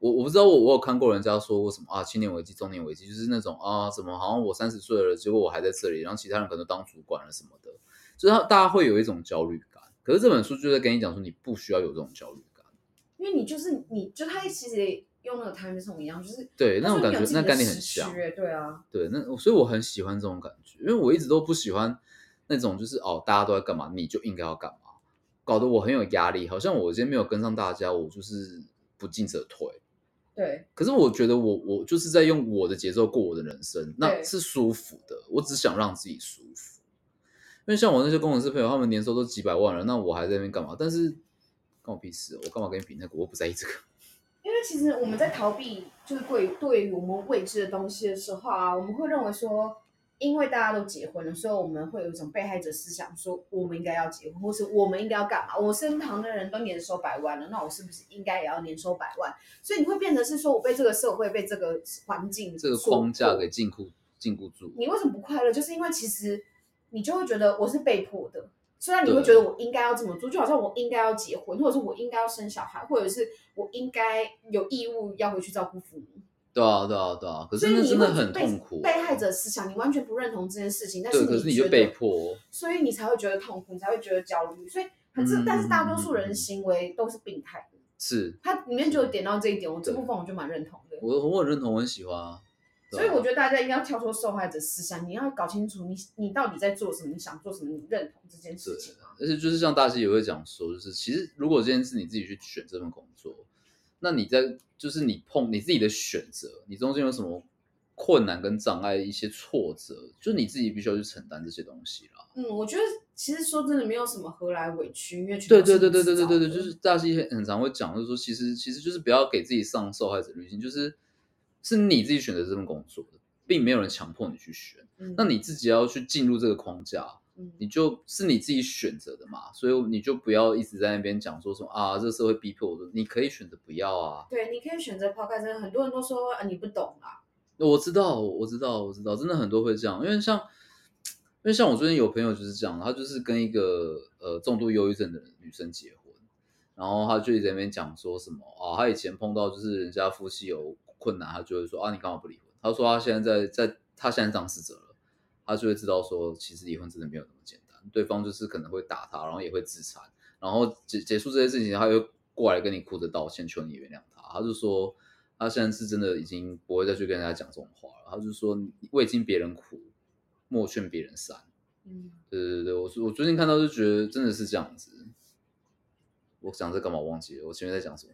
Speaker 2: 我我不知道我我有看过人家说过什么啊，青年危机、中年危机，就是那种啊，怎么好像我三十岁了，结果我还在这里，然后其他人可能当主管了什么的，就是他大家会有一种焦虑感。可是这本书就在跟你讲说，你不需要有这种焦虑感。
Speaker 1: 因为你就是你，就它其实也用那个 time zone 一样，就是
Speaker 2: 对，
Speaker 1: 它
Speaker 2: 那
Speaker 1: 说
Speaker 2: 种感
Speaker 1: 你有
Speaker 2: 觉
Speaker 1: 自己
Speaker 2: 那
Speaker 1: 的
Speaker 2: 概念很
Speaker 1: 时区
Speaker 2: 像。
Speaker 1: 欸对啊，
Speaker 2: 对，那所以我很喜欢这种感觉，因为我一直都不喜欢那种就是哦，大家都在干嘛，你就应该要干嘛，搞得我很有压力，好像我今天没有跟上大家，我就是不进则退。
Speaker 1: 对，
Speaker 2: 可是我觉得我我就是在用我的节奏过我的人生，那
Speaker 1: 对
Speaker 2: 是舒服的。我只想让自己舒服，因为像我那些工程师朋友，他们年收都几百万了，那我还在那边干嘛？但是关我屁事，哦我干嘛跟你比那个？我又不在意这个。
Speaker 1: 因为其实我们在逃避就是对于对于我们未知的东西的时候啊，我们会认为说，因为大家都结婚了，所以我们会有一种被害者思想，说我们应该要结婚，或是我们应该要干嘛？我身旁的人都年收百万了，那我是不是应该也要年收百万？所以你会变成是说我被这个社会、被这个环境、
Speaker 2: 这个框架给禁锢禁锢住。
Speaker 1: 你为什么不快乐？就是因为其实你就会觉得我是被迫的，虽然你会
Speaker 2: 对
Speaker 1: 觉得我应该要这么做，就好像我应该要结婚，或者是我应该要生小孩，或者是我应该有义务要回去照顾父母。
Speaker 2: 对啊，对啊，对啊。可
Speaker 1: 所
Speaker 2: 是
Speaker 1: 以
Speaker 2: 那
Speaker 1: 你
Speaker 2: 真
Speaker 1: 会
Speaker 2: 的很
Speaker 1: 被
Speaker 2: 痛苦。啊
Speaker 1: 被害者思想，你完全不认同这件事情，但
Speaker 2: 对，
Speaker 1: 是
Speaker 2: 可是你
Speaker 1: 觉
Speaker 2: 就
Speaker 1: 得
Speaker 2: 被，迫。
Speaker 1: 所以你才会觉得痛苦，你才会觉得焦虑。所以，可是、
Speaker 2: 嗯
Speaker 1: 但是大多数人的行为都是病态的。
Speaker 2: 是
Speaker 1: 它里面就有点到这一点，我这
Speaker 2: 对
Speaker 1: 部分我就蛮认同的。
Speaker 2: 我我很认同，我很喜欢啊。对
Speaker 1: 所
Speaker 2: 啊
Speaker 1: 以我觉得大家应该要跳脱受害者思想，你要搞清楚你你到底在做什么，你想做什么，你认同这件事情啊。
Speaker 2: 而且就是像大西也会讲说，就是其实如果这件事你自己去选这份工作，那你在就是你碰你自己的选择，你中间有什么困难跟障碍、一些挫折，就是你自己必须要去承担这些东西啦。
Speaker 1: 嗯，我觉得其实说真的，没有什么何来委屈，因为全
Speaker 2: 对
Speaker 1: 都
Speaker 2: 对
Speaker 1: 是
Speaker 2: 对
Speaker 1: 你
Speaker 2: 对
Speaker 1: 自
Speaker 2: 对对
Speaker 1: 找
Speaker 2: 对
Speaker 1: 的
Speaker 2: 对，就是大西很常会讲，就是说其实其实就是不要给自己上受害者滤镜，就是是你自己选择这份工作的，并没有人强迫你去选，
Speaker 1: 嗯
Speaker 2: 那你自己要去进入这个框架。
Speaker 1: 嗯
Speaker 2: 你就是你自己选择的嘛，所以你就不要一直在那边讲说什么啊，这个社会逼迫我的，你可以选择不要啊。
Speaker 1: 对，你可以选择抛开这个，很多人都说啊你不懂啦，
Speaker 2: 我知道，我知道，我知道，真的很多会这样，因为像，因为像我最近有朋友就是这样，他就是跟一个呃重度忧郁症的女生结婚，然后他就一直在那边讲说什么啊，他以前碰到就是人家夫妻有困难，他就会说啊，你干嘛不离婚？他说他现在在在他现在当事者了，他就会知道说，其实离婚真的没有那么简单，对方就是可能会打他，然后也会自残，然后结结束这些事情，他又过来跟你哭着道歉，求你原谅他。他就说他现在是真的已经不会再去跟人家讲这种话了，他就说你为经别人苦，莫劝别人散。
Speaker 1: 嗯，
Speaker 2: 对对对，我最我最近看到就觉得真的是这样子。我讲这干嘛？我忘记了，我前面在 讲什么？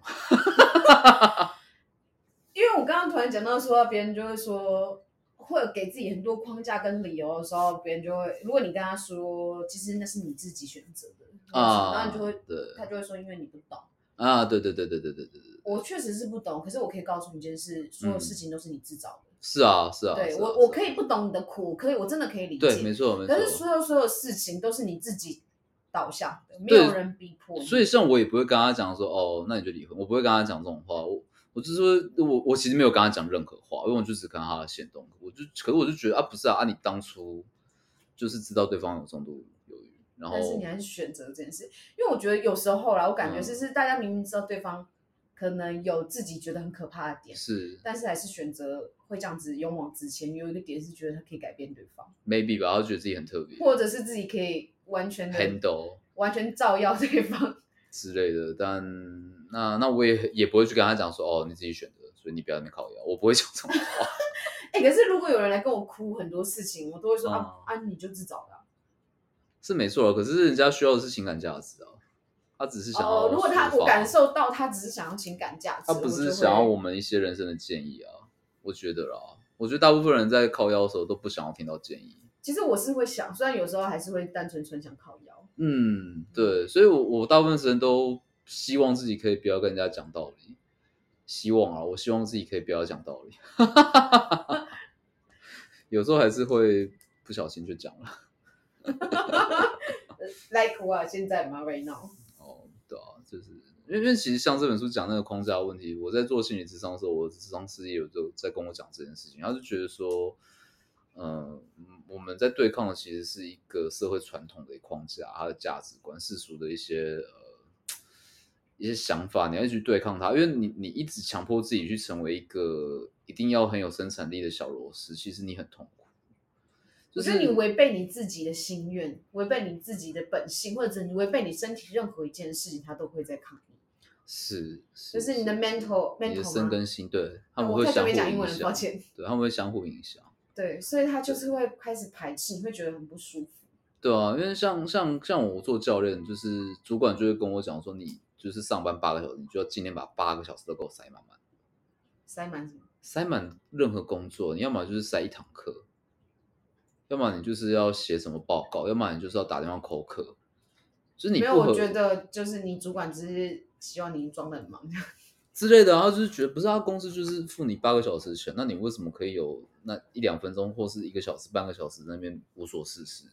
Speaker 1: 因为我刚刚突然讲到说，别人就会说，会有给自己很多框架跟理由的时候，别人就会，如果你跟他说，其实那是你自己选择的，然后
Speaker 2: 啊，
Speaker 1: 哦你就会，
Speaker 2: 对
Speaker 1: 他就会说，因为你不懂。
Speaker 2: 啊，对对对对对对对对，
Speaker 1: 我确实是不懂，可是我可以告诉你一件事，所有
Speaker 2: 嗯
Speaker 1: 事情都是你自找的。
Speaker 2: 是啊是啊，
Speaker 1: 对
Speaker 2: 是啊
Speaker 1: 我，
Speaker 2: 是啊
Speaker 1: 我可以不懂你的苦，我可以，我真的可以理解。
Speaker 2: 对，没错没
Speaker 1: 可是所
Speaker 2: 错。
Speaker 1: 有所有事情都是你自己导向的，没
Speaker 2: 对
Speaker 1: 有人逼迫你。
Speaker 2: 所以像我也不会跟他讲说哦，那你就离婚，我不会跟他讲这种话。我我就是说我我其实没有跟他讲任何话，因为我就只看他的行动。我就可是我就觉得啊，不是啊，啊你当初就是知道对方有重度忧郁，然后
Speaker 1: 但是你还是选择这件事，因为我觉得有时候啦，我感觉
Speaker 2: 哦嗯
Speaker 1: 就是大家明明知道对方可能有自己觉得很可怕的点，
Speaker 2: 是
Speaker 1: 但是还是选择会这样子勇往直前。有一个点是觉得他可以改变对方，
Speaker 2: maybe 吧，他就觉得自己很特别
Speaker 1: 或者是自己可以完全的
Speaker 2: ，handle
Speaker 1: 完全照耀 对方。
Speaker 2: 之类的。但那那我也也不会去跟他讲说哦，你自己选择，所以你不要在那边靠腰，我不会讲这种话。
Speaker 1: 哎、可是如果有人来跟我哭很多事情，我都会说、
Speaker 2: 嗯
Speaker 1: 啊啊，你就自找的啊、
Speaker 2: 是没错，可是人家需要的是情感价值啊，他只是想要抒
Speaker 1: 哦，
Speaker 2: 发、
Speaker 1: 如果他我感受到他只是想要情感价值，
Speaker 2: 他不是想要
Speaker 1: 我就
Speaker 2: 我们一些人生的建议啊，我觉得啦，我觉得大部分人在靠腰的时候都不想要听到建议。
Speaker 1: 会。其实我是会想，虽然有时候还是会单纯纯想靠腰。
Speaker 2: 嗯，对，所以我我大部分时间都希望自己可以不要跟人家讲道理，希望啊，我希望自己可以不要讲道理， 有时候还是会不小心就讲了。
Speaker 1: Like 我现在嘛，right now，
Speaker 2: 哦，对啊，就是因为因为其实像这本书讲那个框架问题，我在做心理智商的时候，我的智商师也有就在跟我讲这件事情，他就觉得说，呃，嗯我们在对抗的其实是一个社会传统的框架，它的价值观、世俗的一些呃一些想法，你要去对抗它，因为你你一直强迫自己去成为一个一定要很有生产力的小螺丝，其实你很痛苦。
Speaker 1: 我
Speaker 2: 就
Speaker 1: 觉得你违背你自己的心愿，违背你自己的本性，或者你违背你身体任何一件事情，他都会在抗议。
Speaker 2: 是，是
Speaker 1: 就是你的
Speaker 2: 是
Speaker 1: mental
Speaker 2: 你
Speaker 1: mental
Speaker 2: 的身
Speaker 1: 吗
Speaker 2: 跟心，对
Speaker 1: 啊
Speaker 2: 他们
Speaker 1: 我
Speaker 2: 会
Speaker 1: 太久
Speaker 2: 相互
Speaker 1: 没讲英
Speaker 2: 影
Speaker 1: 文了抱
Speaker 2: 响，
Speaker 1: 歉
Speaker 2: 对他们会相互影响，
Speaker 1: 对，所以他就是会开始排斥，你会觉得很不舒服。
Speaker 2: 对啊，因为像像像我做教练，就是主管就会跟我讲说，你就是上班八个小时，你就要尽量把八个小时都给我塞满满，
Speaker 1: 塞满什么？
Speaker 2: 塞满任何工作，你要么就是塞一堂课，要么你就是要写什么报告，要么你就是要打电话口渴，就是你
Speaker 1: 没
Speaker 2: 不
Speaker 1: 有，我
Speaker 2: 合
Speaker 1: 觉得就是你主管只是希望你装的很忙。
Speaker 2: 之类的，然后就是觉得不是他公司就是付你八个小时的钱，那你为什么可以有那一两分钟或是一个小时、半个小时那边无所事事？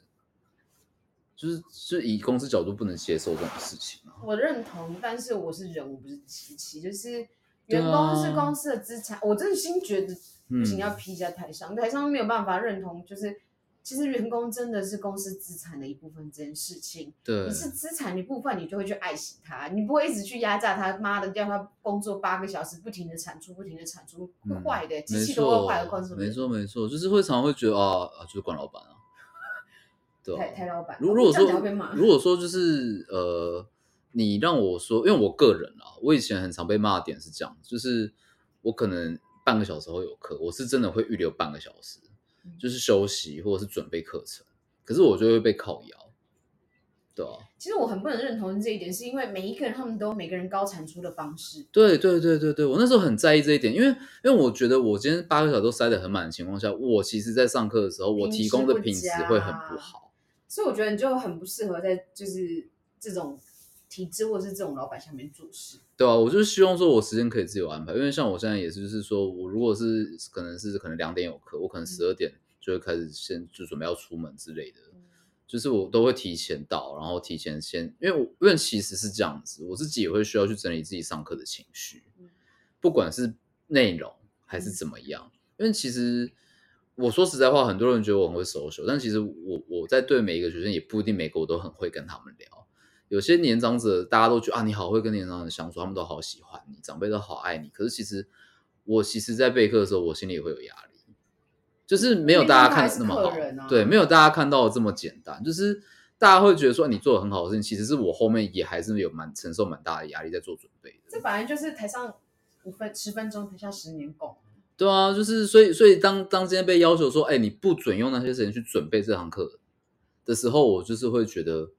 Speaker 2: 就是就是以公司角度不能接受这种事情啊。
Speaker 1: 我认同，但是我是人，我不是机器，就是
Speaker 2: 对
Speaker 1: 员工是
Speaker 2: 啊
Speaker 1: 公司的资产，我真心觉得不行，
Speaker 2: 嗯
Speaker 1: 要批一下台商，台商没有办法认同，就是其实员工真的是公司资产的一部分这件事情，
Speaker 2: 对
Speaker 1: 你是资产的一部分，你就会去爱惜它，你不会一直去压榨它，妈的叫它工作八个小时，不停的产出，不停的产出，会
Speaker 2: 嗯
Speaker 1: 坏的，机
Speaker 2: 没
Speaker 1: 器都会
Speaker 2: 错
Speaker 1: 坏的，公司
Speaker 2: 没错没错，就是会常常会觉得啊啊，就是管老板啊，对
Speaker 1: 台台
Speaker 2: 啊。
Speaker 1: 老板，
Speaker 2: 如如果
Speaker 1: 哦这样
Speaker 2: 说
Speaker 1: 讲会被骂，
Speaker 2: 如果说就是呃，你让我说，因为我个人啊，我以前很常被骂的点是这样，就是我可能半个小时后有课，我是真的会预留半个小时
Speaker 1: 嗯，
Speaker 2: 就是休息或者是准备课程，可是我就会被靠腰，对啊，
Speaker 1: 其实我很不能认同这一点，是因为每一个人他们都有每个人高产出的方式，
Speaker 2: 对对对对对，我那时候很在意这一点，因为因为我觉得我今天八个小时都塞得很满的情况下，我其实在上课的时候，我
Speaker 1: 品
Speaker 2: 提
Speaker 1: 质
Speaker 2: 供的
Speaker 1: 不
Speaker 2: 品质
Speaker 1: 佳
Speaker 2: 会很不好。
Speaker 1: 所以我觉得你就很不适合在就是这种体制或者是这种老板下面做事。
Speaker 2: 对啊，我就希望说我时间可以自由安排，因为像我现在也是，就是说我如果是可能是可能两点有课，我可能十二点就会开始先就准备要出门之类的，就是我都会提前到，然后提前先，因为我因为其实是这样子，我自己也会需要去整理自己上课的情绪
Speaker 1: 嗯，
Speaker 2: 不管是内容还是怎么样，因为其实我说实在话，很多人觉得我很会 social，但其实我我在对每一个学生也不一定每个我都很会跟他们聊。有些年长者大家都觉得啊，你好会跟年长者相处，他们都好喜欢你，长辈都好爱你。可是其实我其实，在备课的时候，我心里也会有压力，就是没有大家看的那么
Speaker 1: 因为
Speaker 2: 好
Speaker 1: 他还是客人，啊
Speaker 2: 对，没有大家看到的这么简单。就是大家会觉得说你做的很好的事情，其实是我后面也还是有蛮承受蛮大的压力在做准备的。
Speaker 1: 这本来就是台上五分十分钟，台下十年功。
Speaker 2: 对啊，就是所以所以当当今天被要求说，哎，你不准用那些时间去准备这堂课的时候，我就是会觉得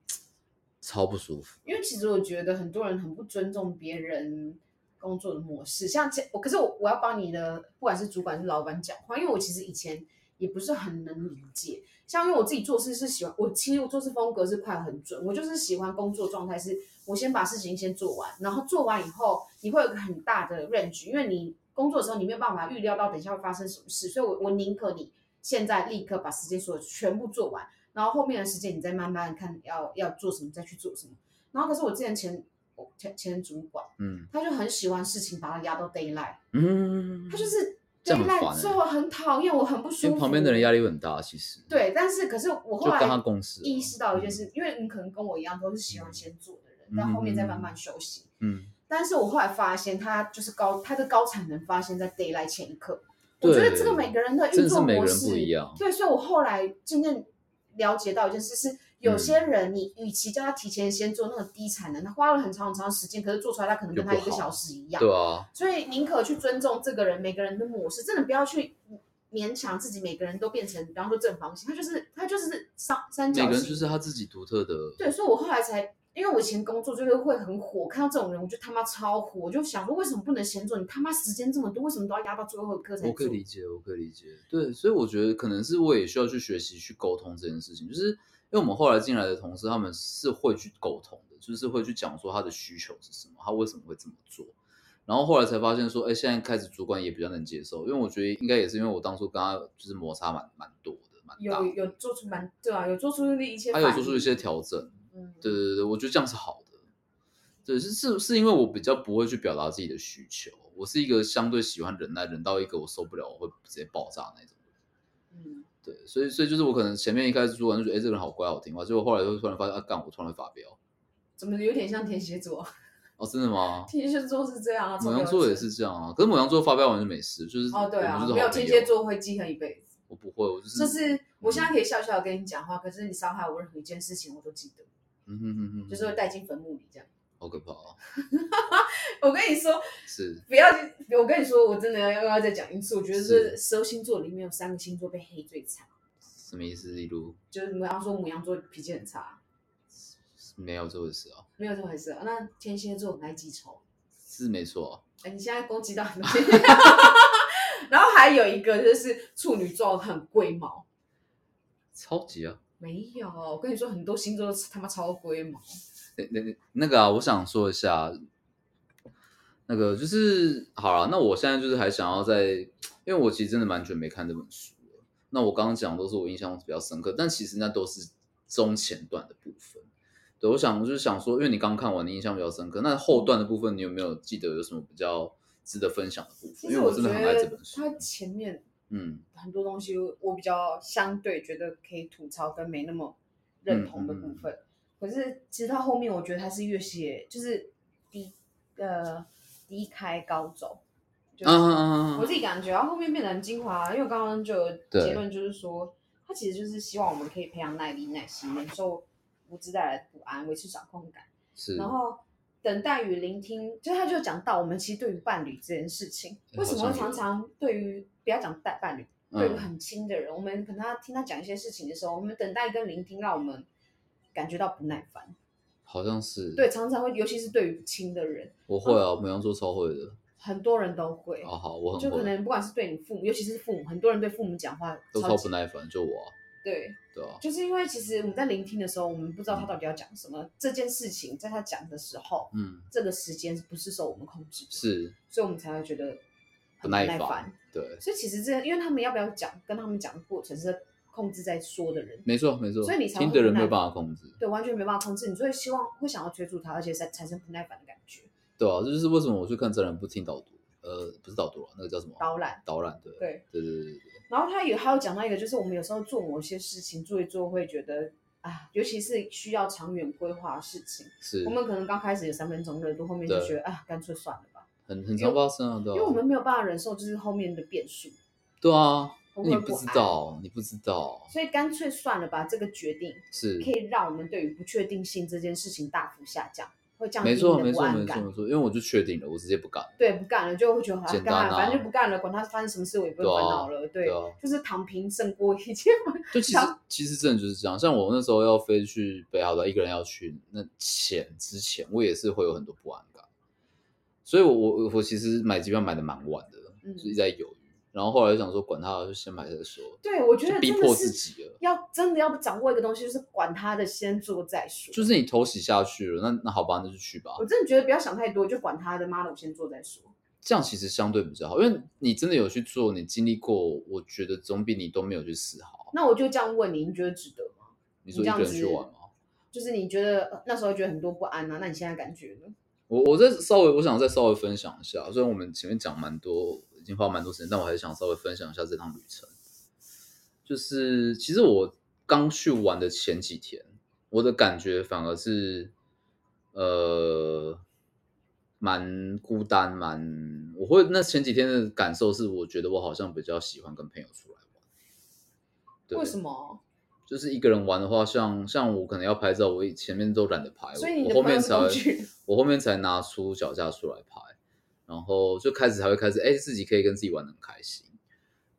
Speaker 2: 超不舒服。
Speaker 1: 因为其实我觉得很多人很不尊重别人工作的模式，像这我，可是我我要帮你的，不管是主管是老板讲话，因为我其实以前也不是很能理解，像因为我自己做事是喜欢，我其实我做事风格是快很准，我就是喜欢工作状态是，我先把事情先做完，然后做完以后你会有一个很大的 range，因为你工作的时候你没有办法预料到等一下会发生什么事，所以我我宁可你现在立刻把时间所有全部做完，然后后面的时间你再慢慢看要要做什么，再去做什么。然后可是我之前前我前前主管，
Speaker 2: 嗯
Speaker 1: 他就很喜欢事情把他压到 d a y l i g h
Speaker 2: 嗯
Speaker 1: t，他就是
Speaker 2: 这
Speaker 1: d a
Speaker 2: 样
Speaker 1: y l i g h
Speaker 2: 很
Speaker 1: t
Speaker 2: 烦欸
Speaker 1: 所以我很讨厌，我很不舒
Speaker 2: 因
Speaker 1: 服。
Speaker 2: 为旁边的人压力会很大，其实
Speaker 1: 对，但是可是我
Speaker 2: 就
Speaker 1: 后来
Speaker 2: 跟他啊嗯共事了
Speaker 1: 意识到一件事，因为你可能跟我一样都是喜欢先做的人，但后面再慢慢休息。
Speaker 2: 嗯，
Speaker 1: 但是我后来发现，他就是高，他的高产能发现在 d a y l i g h t 前一刻。我
Speaker 2: 对
Speaker 1: 觉得这个每个人的
Speaker 2: 真
Speaker 1: 运
Speaker 2: 的
Speaker 1: 作
Speaker 2: 是每个
Speaker 1: 模
Speaker 2: 人
Speaker 1: 式
Speaker 2: 不一样。
Speaker 1: 对，所以我后来渐渐了解到一件事是，
Speaker 2: 嗯
Speaker 1: 有些人你与其叫他提前先做那个低产能，他花了很长很长时间，可是做出来他可能跟他
Speaker 2: 就
Speaker 1: 一
Speaker 2: 不
Speaker 1: 个
Speaker 2: 好
Speaker 1: 小时一样。
Speaker 2: 对啊，
Speaker 1: 所以宁可去尊重这个人每个人的模式，真的不要去勉强自己，每个人都变成，比方说正方形，他就是他就是三三
Speaker 2: 每
Speaker 1: 角
Speaker 2: 个人
Speaker 1: 形。
Speaker 2: 就是他自己独特的。
Speaker 1: 对，所以我后来才，因为我以前工作就是会很火，看到这种人我就他妈超火，我就想说为什么不能先做？你他妈时间这么多，为什么都要压到最后一刻才
Speaker 2: 我可以
Speaker 1: 做？
Speaker 2: 理解，我可以理解。对，所以我觉得可能是我也需要去学习去沟通这件事情，就是因为我们后来进来的同事，他们是会去沟通的，就是会去讲说他的需求是什么，他为什么会这么做。然后后来才发现说，哎，现在开始主管也比较能接受，因为我觉得应该也是因为我当初跟他就是摩擦蛮蛮多的，蛮大
Speaker 1: 有
Speaker 2: 的。
Speaker 1: 有做出蛮对啊，有做出一些
Speaker 2: 啊他
Speaker 1: 反
Speaker 2: 有
Speaker 1: 应，
Speaker 2: 做出一些调整，
Speaker 1: 嗯，
Speaker 2: 对对对，我觉得这样是好的。对，是是是因为我比较不会去表达自己的需求，我是一个相对喜欢忍耐，忍到一个我受不了，我会直接爆炸那种。
Speaker 1: 嗯，
Speaker 2: 对，所以所以就是我可能前面一开始主管就觉得，哎、这个人好乖好听话，结果后来就突然发现，啊，干，我突然会发飙。
Speaker 1: 怎么有点像天蝎座？
Speaker 2: 哦，真的吗？
Speaker 1: 天蝎座是这样啊，超
Speaker 2: 母羊
Speaker 1: 标
Speaker 2: 座也
Speaker 1: 准
Speaker 2: 是这样啊，可是母羊座发飙完就没事，就是
Speaker 1: 哦，对
Speaker 2: 我
Speaker 1: 啊，
Speaker 2: 们就是
Speaker 1: 没有
Speaker 2: 好朋
Speaker 1: 天
Speaker 2: 友嗯
Speaker 1: 蝎，座会记恨一辈子。
Speaker 2: 我不会，我就是
Speaker 1: 就是我现在可以笑笑地跟你讲话，可是你伤害我任何一件事情，我都记得，
Speaker 2: 嗯哼哼哼，
Speaker 1: 就是会带进坟墓里这样。
Speaker 2: 好可怕、哦，
Speaker 1: 我跟你说，
Speaker 2: 是
Speaker 1: 不要，我跟你说，我真的要又要再讲一次，我觉得是
Speaker 2: 是
Speaker 1: 十二星座里面有三个星座被黑最惨，
Speaker 2: 什么意思？例如
Speaker 1: 就是母羊座，母羊座脾气很差，
Speaker 2: 没有这回事
Speaker 1: 啊
Speaker 2: 啊，
Speaker 1: 没有这回事啊。那天蝎座很爱记仇，
Speaker 2: 是没错啊、
Speaker 1: 哎，你现在攻击到很多天蝎。 然后还有一个就是处女座很龟毛，
Speaker 2: 超级啊。
Speaker 1: 没有，我跟你说，很多星座都他妈超龟毛。
Speaker 2: 那那那那个啊，我想说一下，那个就是好了。那我现在就是还想要在，因为我其实真的蛮久没看这本书了。那我刚刚讲的都是我印象比较深刻，但其实那都是中前段的部分。对，我想就是想说，因为你刚看完，你印象比较深刻，那后段的部分你有没有记得有什么比较值得分享的部
Speaker 1: 其
Speaker 2: 分？因
Speaker 1: 实
Speaker 2: 为我
Speaker 1: 觉
Speaker 2: 真的很爱这
Speaker 1: 得
Speaker 2: 本书
Speaker 1: 他。前面
Speaker 2: 嗯，
Speaker 1: 很多东西我比较相对觉得可以吐槽跟没那么
Speaker 2: 嗯
Speaker 1: 认同的部分。可是其实到后面，我觉得他是越写就是低呃低开高走，就
Speaker 2: 啊
Speaker 1: 是、
Speaker 2: 啊啊
Speaker 1: 我
Speaker 2: 啊
Speaker 1: 自己感觉啊，后面变得很精华、因为我刚刚就有
Speaker 2: 对
Speaker 1: 结论就是说，他其实就是希望我们可以培养耐力、耐心，忍受无知带来的不安，维持掌控感。
Speaker 2: 是，
Speaker 1: 然后等待与聆听，就是他就讲到我们其实对于伴侣这件事情，
Speaker 2: 哎
Speaker 1: 为什么
Speaker 2: 好
Speaker 1: 会
Speaker 2: 像
Speaker 1: 常
Speaker 2: 有
Speaker 1: 常对于不要讲伴伴侣，对于
Speaker 2: 嗯，
Speaker 1: 很亲的人，我们可能他听他讲一些事情的时候，我们等待跟聆听，让我们感觉到不耐烦。
Speaker 2: 好像是，
Speaker 1: 对，，常常会，尤其是对于亲的人，
Speaker 2: 我会啊，母羊座超会的。
Speaker 1: 很多人都会，
Speaker 2: 哦，好，我很
Speaker 1: 就可
Speaker 2: 会，
Speaker 1: 能不管是对你父母，尤其是父母，很多人对父母讲话
Speaker 2: 都
Speaker 1: 超
Speaker 2: 超
Speaker 1: 级
Speaker 2: 不耐烦，就我啊、
Speaker 1: 对，
Speaker 2: 对啊，
Speaker 1: 就是因为其实我们在聆听的时候，我们不知道他到底要讲什么。这件事情在他讲的时候，
Speaker 2: 嗯，
Speaker 1: 这个时间是不是受我们控制的？
Speaker 2: 是
Speaker 1: 所以我们才会觉得
Speaker 2: 不
Speaker 1: 很
Speaker 2: 耐
Speaker 1: 烦。
Speaker 2: 烦，对，
Speaker 1: 所以其实这，因为他们要不要讲，跟他们讲的过程是控制在说的人，
Speaker 2: 没错没错，
Speaker 1: 所以你才会
Speaker 2: 听的人
Speaker 1: 不耐
Speaker 2: 没有
Speaker 1: 烦
Speaker 2: 办法控制，
Speaker 1: 对，完全没办法控制，你就会希望会想要追逐他，而且产产生不耐烦的感觉，
Speaker 2: 对啊，这就是为什么我去看真人不听导读，呃，不是导读啊，那个叫什么？
Speaker 1: 导览。
Speaker 2: 导览，对，
Speaker 1: 对，
Speaker 2: 对对对对对，
Speaker 1: 然后他也还有讲到一个，就是我们有时候做某些事情做一做，会觉得啊，尤其是需要长远规划的事情，
Speaker 2: 是
Speaker 1: 我，们可能刚开始有三分钟热度，后面就觉得啊，干脆算了吧，
Speaker 2: 很很常发生啊，
Speaker 1: 因
Speaker 2: 对
Speaker 1: 为我
Speaker 2: 啊，
Speaker 1: 们没有办法忍受就是后面的变数，
Speaker 2: 对啊，
Speaker 1: 我
Speaker 2: 那你
Speaker 1: 会不
Speaker 2: 不知
Speaker 1: 安
Speaker 2: 道，你不知道，
Speaker 1: 所以干脆算了吧，这个决定
Speaker 2: 是
Speaker 1: 可以让我们对于不确定性这件事情大幅下降，会降低
Speaker 2: 没
Speaker 1: 你的
Speaker 2: 错没
Speaker 1: 不
Speaker 2: 错
Speaker 1: 安
Speaker 2: 没错
Speaker 1: 感。
Speaker 2: 没错，因为我就确定了，我直接不干，
Speaker 1: 对，不干了就会觉得好像
Speaker 2: 简
Speaker 1: 干
Speaker 2: 单啊
Speaker 1: 嘛，反正就不干了，管他发生什么事，我也不会
Speaker 2: 对啊
Speaker 1: 烦恼了。对
Speaker 2: 对，啊。
Speaker 1: 就是躺平胜过一切。
Speaker 2: 就其实其实真的就是这样，像我那时候要飞去北海道，一个人要去那前之前，我也是会有很多不安感，所以我我我其实买机票买的蛮晚的，
Speaker 1: 嗯
Speaker 2: 就一直在犹豫，然后后来就想说管他，就先买再说，
Speaker 1: 对，我觉
Speaker 2: 就
Speaker 1: 得
Speaker 2: 逼
Speaker 1: 真的
Speaker 2: 迫自
Speaker 1: 是
Speaker 2: 己了。
Speaker 1: 要真的要掌握一个东西，就是管他的，先做再说。
Speaker 2: 就是你头洗下去了，那那好吧，那就去吧
Speaker 1: 我。真的觉得不要想太多，就管他的，妈的，我先做再说。
Speaker 2: 这样其实相对比较好，因为你真的有去做，你经历过，我觉得总比你都没有去试好。
Speaker 1: 那我就这样问你，你觉得值得吗？
Speaker 2: 你说
Speaker 1: 你
Speaker 2: 一
Speaker 1: 这样
Speaker 2: 个人去
Speaker 1: 子
Speaker 2: 玩吗？
Speaker 1: 就是你觉得呃那时候觉得很多不安啊，那你现在感觉呢？
Speaker 2: 我我再稍微我想再稍微分享一下，虽然我们前面讲蛮多，已经花蛮多时间，但我还是想稍微分享一下这趟旅程。就是其实我刚去玩的前几天，我的感觉反而是呃蛮孤单，蛮我会那前几天的感受是，我觉得我好像比较喜欢跟朋友出来玩。对
Speaker 1: 为什？么？
Speaker 2: 就是一个人玩的话，像像我可能要拍照，我前面都懒得拍，
Speaker 1: 所以你
Speaker 2: 哎我
Speaker 1: 的
Speaker 2: 后
Speaker 1: 朋友
Speaker 2: 面
Speaker 1: 是
Speaker 2: 才
Speaker 1: 工具
Speaker 2: 我后面才拿出脚架出来拍，然后就开始才会开始，哎、自己可以跟自己玩的很开心。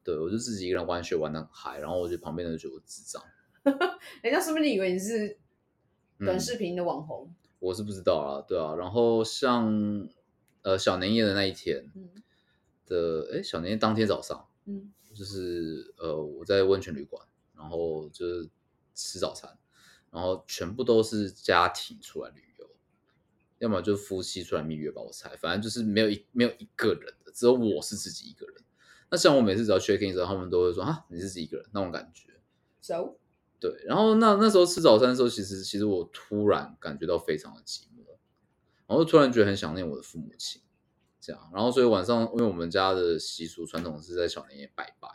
Speaker 2: 对我就自己一个人玩雪玩的很嗨，然后我觉得旁边的人觉得我智障，
Speaker 1: 人家说不定以为你是短
Speaker 2: 嗯
Speaker 1: 视频的网红。
Speaker 2: 我是不知道啊，对啊。然后像呃小年夜的那一天
Speaker 1: 嗯
Speaker 2: 的，哎、小年夜当天早上，
Speaker 1: 嗯
Speaker 2: 就是呃我在温泉旅馆，然后就是吃早餐，然后全部都是家庭出来旅游，要么就夫妻出来蜜月吧，我猜，反正就是没有一没有一个人的，只有我是自己一个人。那像我每次只要 check in 的时候，他们都会说啊你是自己一个人那种感觉。
Speaker 1: ，so
Speaker 2: 对，然后那那时候吃早餐的时候，其实其实我突然感觉到非常的寂寞，然后突然觉得很想念我的父母亲，这样，然后所以晚上因为我们家的习俗传统是在小年夜拜拜，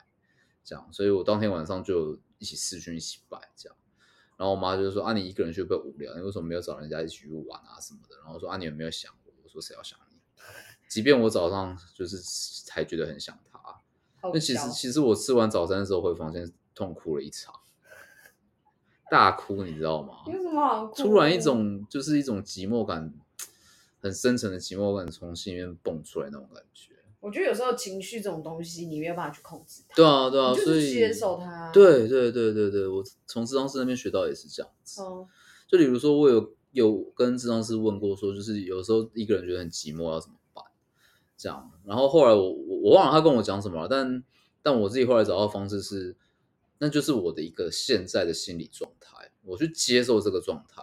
Speaker 2: 这样，所以我当天晚上就一起视讯一起拜这样，然后我妈就说啊你一个人去会不会无聊？你为什么没有找人家一起去玩啊什么的？然后说啊你有没有想我？我说谁要想你？ 即便我早上就是才觉得很想他，
Speaker 1: 好
Speaker 2: 那其
Speaker 1: 笑
Speaker 2: 实其实我吃完早餐的时候回房间痛哭了一场，大哭，你知道吗？
Speaker 1: 有什么好哭的？
Speaker 2: 突然一种就是一种寂寞感，很深沉的寂寞感从心里面蹦出来那种感觉。
Speaker 1: 我觉得有时候情绪这种东西，你没有办法去控制它，
Speaker 2: 对啊，对啊，
Speaker 1: 你就
Speaker 2: 所
Speaker 1: 是
Speaker 2: 以
Speaker 1: 接受它。，嗯
Speaker 2: 对对对对对，我从智商师那边学到也是这样子。
Speaker 1: 哦，
Speaker 2: 就比如说，我有有跟智商师问过说，就是有时候一个人觉得很寂寞要啊怎么办？这样，然后后来我我我忘了他跟我讲什么了，但但我自己后来找到的方式是，那就是我的一个现在的心理状态，我去接受这个状态。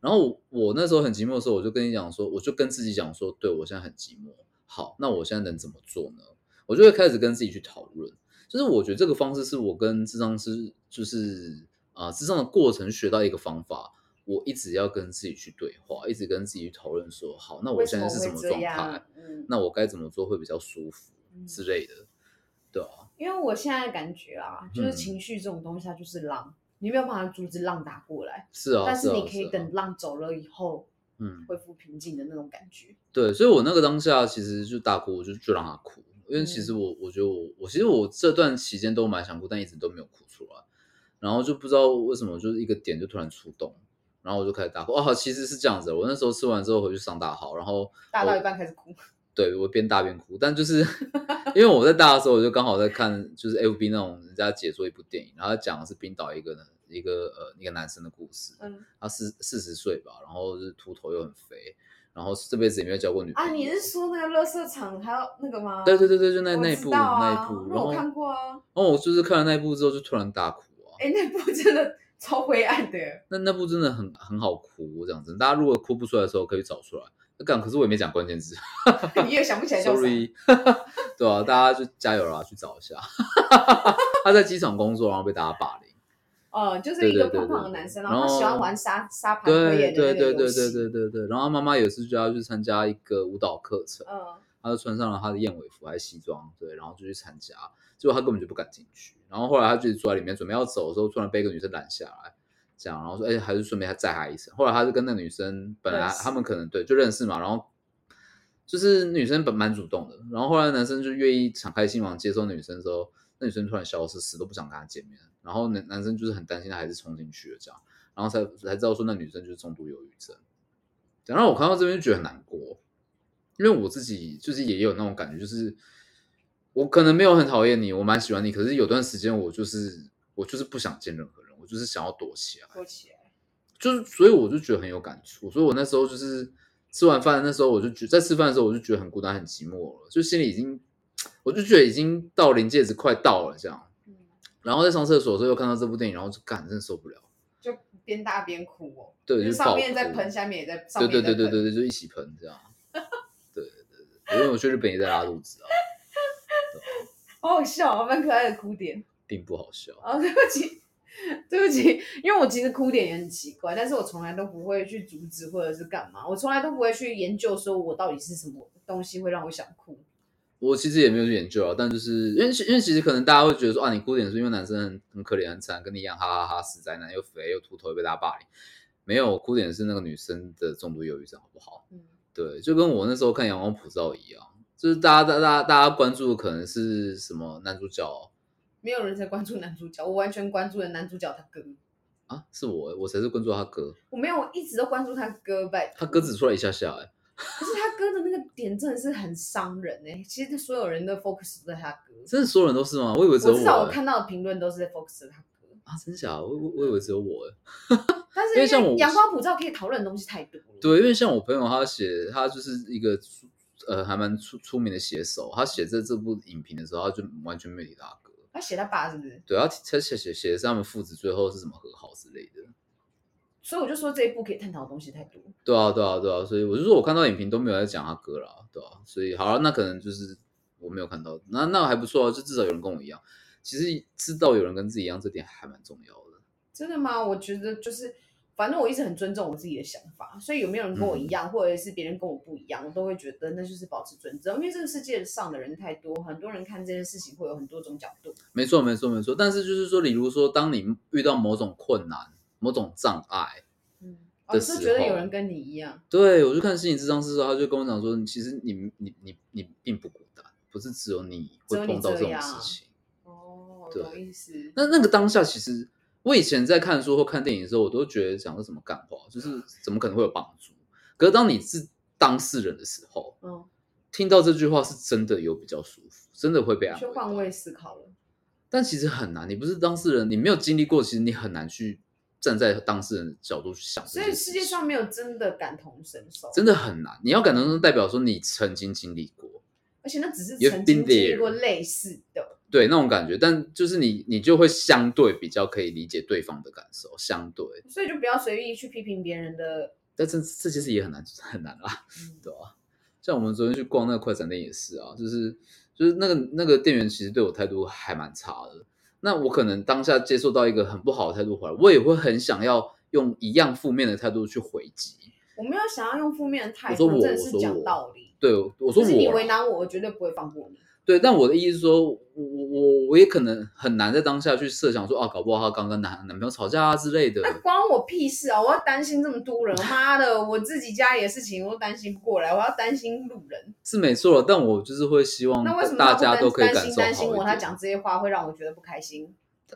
Speaker 2: 然后我我那时候很寂寞的时候，我就跟你讲说，我就跟自己讲说，对我现在很寂寞。好，那我现在能怎么做呢？我就会开始跟自己去讨论。就是我觉得这个方式是我跟智商师，就是啊，智、商的过程学到一个方法。我一直要跟自己去对话，一直跟自己去讨论说，好，那我
Speaker 1: 为什
Speaker 2: 现
Speaker 1: 么
Speaker 2: 在是什
Speaker 1: 会
Speaker 2: 么
Speaker 1: 这
Speaker 2: 状态
Speaker 1: 样？？嗯，
Speaker 2: 那我该怎么做会比较舒服
Speaker 1: 嗯
Speaker 2: 之类的，对啊，
Speaker 1: 因为我现在的感觉啊，就是
Speaker 2: 嗯
Speaker 1: 情绪这种东西，它就是浪，你没有办法阻止浪打过来，
Speaker 2: 是啊，
Speaker 1: 但是
Speaker 2: 啊
Speaker 1: 你可以
Speaker 2: 啊
Speaker 1: 等浪走了以后，
Speaker 2: 嗯，
Speaker 1: 恢复平静的那种感觉。
Speaker 2: 对，所以我那个当下其实就大哭，我就就让他哭，因为其
Speaker 1: 嗯
Speaker 2: 实我我觉得我我其实我这段期间都蛮想哭，但一直都没有哭出来，然后就不知道为什么就是一个点就突然触动，然后我就开始大哭，哦，其实是这样子的，我那时候吃完之后回去上大号，然后
Speaker 1: 大
Speaker 2: 我
Speaker 1: 到一半开始哭，
Speaker 2: 对我边大边哭，但就是 因为我在大的时候，我就刚好在看就是 FB 那种人家解说一部电影，然后他讲的是冰岛一个人一个呃一个男生的故事，
Speaker 1: 嗯
Speaker 2: 他四四十岁吧，然后就是秃头又很肥，然后这辈子也没有交过女朋友
Speaker 1: 啊，你是说那个乐色场还有那个吗？
Speaker 2: 对对对对，就那
Speaker 1: 我
Speaker 2: 那一
Speaker 1: 知
Speaker 2: 部、
Speaker 1: 道啊
Speaker 2: 那一部，
Speaker 1: 那
Speaker 2: 然
Speaker 1: 我
Speaker 2: 后
Speaker 1: 看过啊
Speaker 2: 然后我就是看了那一部之后就突然大哭啊，
Speaker 1: 哎，那部真的超灰暗 的，
Speaker 2: 那那部真的很很好哭这样子，大家如果哭不出来的时候可以找出来，干可是我也没讲关键字。
Speaker 1: 你也想不起来叫啥。
Speaker 2: Sorry，对啊，大家就加油啦，去找一下。 他在机场工作，然后被大家霸凌。
Speaker 1: 哦，就是一个
Speaker 2: 对对对
Speaker 1: 胖胖的
Speaker 2: 对
Speaker 1: 男生，
Speaker 2: 然
Speaker 1: 然后他喜欢
Speaker 2: 后
Speaker 1: 玩沙沙盘推
Speaker 2: 对
Speaker 1: 演的
Speaker 2: 对
Speaker 1: 那个
Speaker 2: 对
Speaker 1: 游
Speaker 2: 对对
Speaker 1: 戏。
Speaker 2: 对对对。然后他妈妈有一次就要去参加一个舞蹈课程，
Speaker 1: 嗯，
Speaker 2: 他就穿上了他的燕尾服还是西装，对，然后就去参加。结果他根本就不敢进去。然后后来他就坐在里面准备要走的时候，突然被一个女生拦下来，这样，然后说：“哎、还是顺便还载他一程。”后来他就跟那女生本来
Speaker 1: 认识
Speaker 2: 他们可能对就认识嘛，然后就是女生本蛮主动的，然后后来男生就愿意敞开心房接受女生的时候，那女生突然消失，死都不想跟他见面。然后男男生就是很担心他还是冲进去了这样，然后才才知道说那女生就是重度忧郁症。然后我看到这边就觉得很难过，因为我自己就是也有那种感觉，就是我可能没有很讨厌你，我蛮喜欢你，可是有段时间我就是我就是不想见任何人，我就是想要躲起来，
Speaker 1: 说起来，
Speaker 2: 就是所以我就觉得很有感触，所以我那时候就是吃完饭那时候我就觉在吃饭的时候我就觉得很孤单很寂寞了，就心里已经我就觉得已经到临界值快到了这样，
Speaker 1: 嗯，
Speaker 2: 然后在上厕所的时候又看到这部电影，然后就干真的受不了，
Speaker 1: 就边大边哭哦，
Speaker 2: 对，
Speaker 1: 就是
Speaker 2: 就
Speaker 1: 上面
Speaker 2: 爆
Speaker 1: 在
Speaker 2: 哭
Speaker 1: 喷，下面也在上面也
Speaker 2: 对对
Speaker 1: 在
Speaker 2: 对对
Speaker 1: 喷，
Speaker 2: 对对，就一起喷这样， 对对对，因为我去日本也在拉肚子啊，
Speaker 1: 好好笑哦，蛮可爱的哭点。
Speaker 2: 并不好笑，
Speaker 1: 哦， 对不起，对不起，因为我其实哭点也很奇怪，但是我从来都不会去阻止或者是干嘛，我从来都不会去研究说我到底是什么东西会让我想哭。
Speaker 2: 我其实也没有去研究啊，但就是因为其因为其实可能大家会觉得说啊，你哭点是因为男生很很可怜很惨，跟你一样哈哈哈死宅男又肥又秃头又被大家霸凌，没有哭点是那个女生的重度忧郁症好不好？
Speaker 1: 嗯，
Speaker 2: 对，就跟我那时候看《阳光普照》一样，就是大家大家大家关注的可能是什么男主角
Speaker 1: 没有人在关注男主角，我完全关注了男主角他哥，
Speaker 2: 啊，是我我才是关注他哥，
Speaker 1: 我没有我一直都关注他哥呗。
Speaker 2: 他哥只出来一下下哎、
Speaker 1: 可是他哥的那个点真的是很伤人哎、其实所有人的 focus 都在他哥，
Speaker 2: 真的所有人都是吗？我以为只
Speaker 1: 我
Speaker 2: 有
Speaker 1: 至少
Speaker 2: 我
Speaker 1: 我
Speaker 2: 欸、
Speaker 1: 看到的评论都是在 focus 在他哥。
Speaker 2: 啊，真假的？我我我以为只有我哎、
Speaker 1: 但是
Speaker 2: 因为像
Speaker 1: 因为
Speaker 2: 我
Speaker 1: 阳光普照可以讨论的东西太多了，
Speaker 2: 对，因为像我朋友他写，他就是一个出呃还蛮出出名的写手，他写这这部影评的时候，他就完全没有提他哥，
Speaker 1: 他写他爸是不是？
Speaker 2: 对，他他写写写的是他们父子最后是怎么和好之类的。
Speaker 1: 所以我就说这一部可以探讨的东西太多。
Speaker 2: 对啊，对啊，对啊，所以我就说我看到影评都没有在讲他哥啦，对啊，所以好啊，那可能就是我没有看到，那那还不错啊，就至少有人跟我一样。其实知道有人跟自己一样，这点还蛮重要的。
Speaker 1: 真的吗？我觉得就是，反正我一直很尊重我自己的想法，所以有没有人
Speaker 2: 嗯
Speaker 1: 跟我一样，或者是别人跟我不一样，我都会觉得那就是保持尊重，因为这个世界上的人太多，很多人看这件事情会有很多种角度。
Speaker 2: 没错，没错，没错。但是就是说，例如说，当你遇到某种困难、某种障碍，
Speaker 1: 嗯，哦，
Speaker 2: 的
Speaker 1: 你是
Speaker 2: 时
Speaker 1: 觉得
Speaker 2: 候
Speaker 1: 有人跟你一样，
Speaker 2: 对我就看心理智商师的时候，他就跟我讲说，其实你你你你并不孤单，不是只有你
Speaker 1: 只有
Speaker 2: 会
Speaker 1: 你
Speaker 2: 碰到
Speaker 1: 这
Speaker 2: 这种
Speaker 1: 样
Speaker 2: 事情。
Speaker 1: 哦，
Speaker 2: 对
Speaker 1: 懂意思。
Speaker 2: 那那个当下，其实我以前在看书或看电影的时候，我都觉得讲的什么干话，就是怎么可能会有帮助？可是当你是当事人的时候，
Speaker 1: 嗯，
Speaker 2: 听到这句话是真的有比较舒服，真的会被安
Speaker 1: 就换位
Speaker 2: 慰到。
Speaker 1: 思考了。
Speaker 2: 但其实很难，你不是当事人，你没有经历过，其实你很难去站在当事人的角度去想这
Speaker 1: 所
Speaker 2: 件
Speaker 1: 以
Speaker 2: 事情。
Speaker 1: 世界上没有真的感同身受，
Speaker 2: 真的很难，你要感同身受，代表说你曾经经历过。
Speaker 1: 而且那只是
Speaker 2: You've
Speaker 1: 曾经
Speaker 2: been
Speaker 1: 经历过
Speaker 2: there
Speaker 1: 类似的。
Speaker 2: 对那种感觉，但就是你，你就会相对比较可以理解对方的感受，相对，
Speaker 1: 所以就不要随意去批评别人的，
Speaker 2: 但这这其实也很难很难啦，
Speaker 1: 嗯
Speaker 2: 对啊？像我们昨天去逛那个快闪店也是啊，就是就是那个那个店员其实对我态度还蛮差的，那我可能当下接受到一个很不好的态度回来，我也会很想要用一样负面的态度去回击。
Speaker 1: 我没有想要用负面的态
Speaker 2: 我说
Speaker 1: 度，
Speaker 2: 我
Speaker 1: 真的
Speaker 2: 我
Speaker 1: 是
Speaker 2: 说
Speaker 1: 讲
Speaker 2: 我
Speaker 1: 道理。
Speaker 2: 对，我
Speaker 1: 就
Speaker 2: 说
Speaker 1: 是你
Speaker 2: 我啊
Speaker 1: 为
Speaker 2: 啦
Speaker 1: 难我，我绝对不会放过你。
Speaker 2: 对，但我的意思是说，我我我我也可能很难在当下去设想说啊，搞不好她刚跟男男朋友吵架啊之类的。
Speaker 1: 那关我屁事啊！我要担心这么多人，妈的，我自己家里的事情我都担心不过来，我要担心路人。
Speaker 2: 是没错，但我就是会希望
Speaker 1: 那为什么
Speaker 2: 大
Speaker 1: 他
Speaker 2: 家
Speaker 1: 不
Speaker 2: 都可
Speaker 1: 担
Speaker 2: 以
Speaker 1: 担
Speaker 2: 感
Speaker 1: 心
Speaker 2: 受好
Speaker 1: 担
Speaker 2: 一
Speaker 1: 心我？
Speaker 2: 点。
Speaker 1: 他讲这些话会让我觉得不开心。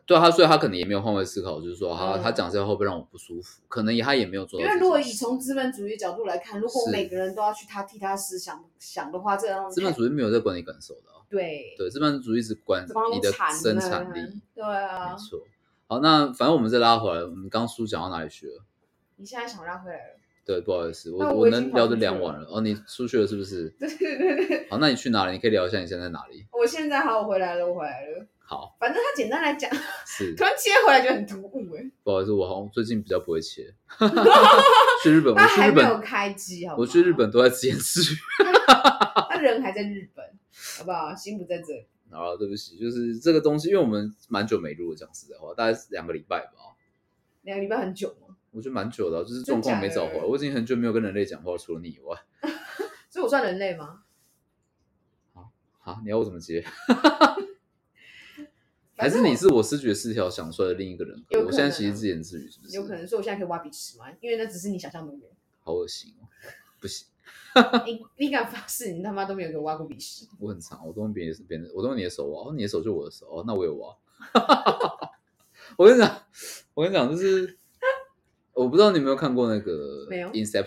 Speaker 2: 对啊他，所以他可能也没有换位思考，就是说他、
Speaker 1: 嗯
Speaker 2: 他讲这些话会不会让我不舒服？可能也他也没有做到
Speaker 1: 因为
Speaker 2: 这件事。
Speaker 1: 如果以从资本主义角度来看，如果
Speaker 2: 是
Speaker 1: 每个人都要去他替他思想想的话，这样
Speaker 2: 资本主义没有在管你感受的啊、
Speaker 1: 对
Speaker 2: 对，资本主义只管
Speaker 1: 怎么
Speaker 2: 你的
Speaker 1: 产
Speaker 2: 生
Speaker 1: 呢
Speaker 2: 产力，
Speaker 1: 对啊
Speaker 2: 没，错。好，那反正我们再拉回来，我们刚书讲到哪里去了？
Speaker 1: 你现在想拉回来了，
Speaker 2: 对，不好意思，我
Speaker 1: 那我
Speaker 2: 我
Speaker 1: 已经
Speaker 2: 能
Speaker 1: 跑
Speaker 2: 聊
Speaker 1: 出
Speaker 2: 的
Speaker 1: 去
Speaker 2: 两
Speaker 1: 了
Speaker 2: 晚了。哦，你出去了是不是？
Speaker 1: 对对对对，
Speaker 2: 好，那你去哪里？你可以聊一下你现在在哪里。
Speaker 1: 我现在好，我回来了，我回来了。
Speaker 2: 好，
Speaker 1: 反正他简单来讲，
Speaker 2: 是
Speaker 1: 突然切回来就很突兀哎、
Speaker 2: 不好意思，我好像最近比较不 会切。 去日本，我
Speaker 1: 他
Speaker 2: 去
Speaker 1: 还
Speaker 2: 日
Speaker 1: 没有
Speaker 2: 本，
Speaker 1: 开机，好吗
Speaker 2: 我去日本都在自言自语。
Speaker 1: 他人还在日本，好不好？心不在这里。
Speaker 2: 然后对不起，就是这个东西，因为我们蛮久没录了，讲实在话，大概是两个礼拜吧，
Speaker 1: 两个礼拜很久嘛，
Speaker 2: 我觉得蛮久的，啊就是
Speaker 1: 真的
Speaker 2: 状况没
Speaker 1: 假的
Speaker 2: 找回来。我已经很久没有跟人类讲话，除了你以外。
Speaker 1: 所以我算人类吗？
Speaker 2: 啊，你要我怎么接？ 还
Speaker 1: 反正
Speaker 2: 是
Speaker 1: 我
Speaker 2: 你是我视觉失调想出来的另一个人格？
Speaker 1: 有可能啊
Speaker 2: 我现在其实自言自语，是不是？
Speaker 1: 有可能，所以我现在可以挖鼻屎吗？因为那只是你想象的 我。
Speaker 2: 好恶心哦，不行，
Speaker 1: 你你敢发誓你他妈都没有给我挖过鼻屎？
Speaker 2: 我很长，我都用别人别人，我都用你的手挖，哦，你的手就我的手，哦，那我有挖。 我跟你讲，我跟你讲，就是我不知道你有没有看过那个
Speaker 1: 没有
Speaker 2: 《Inception》，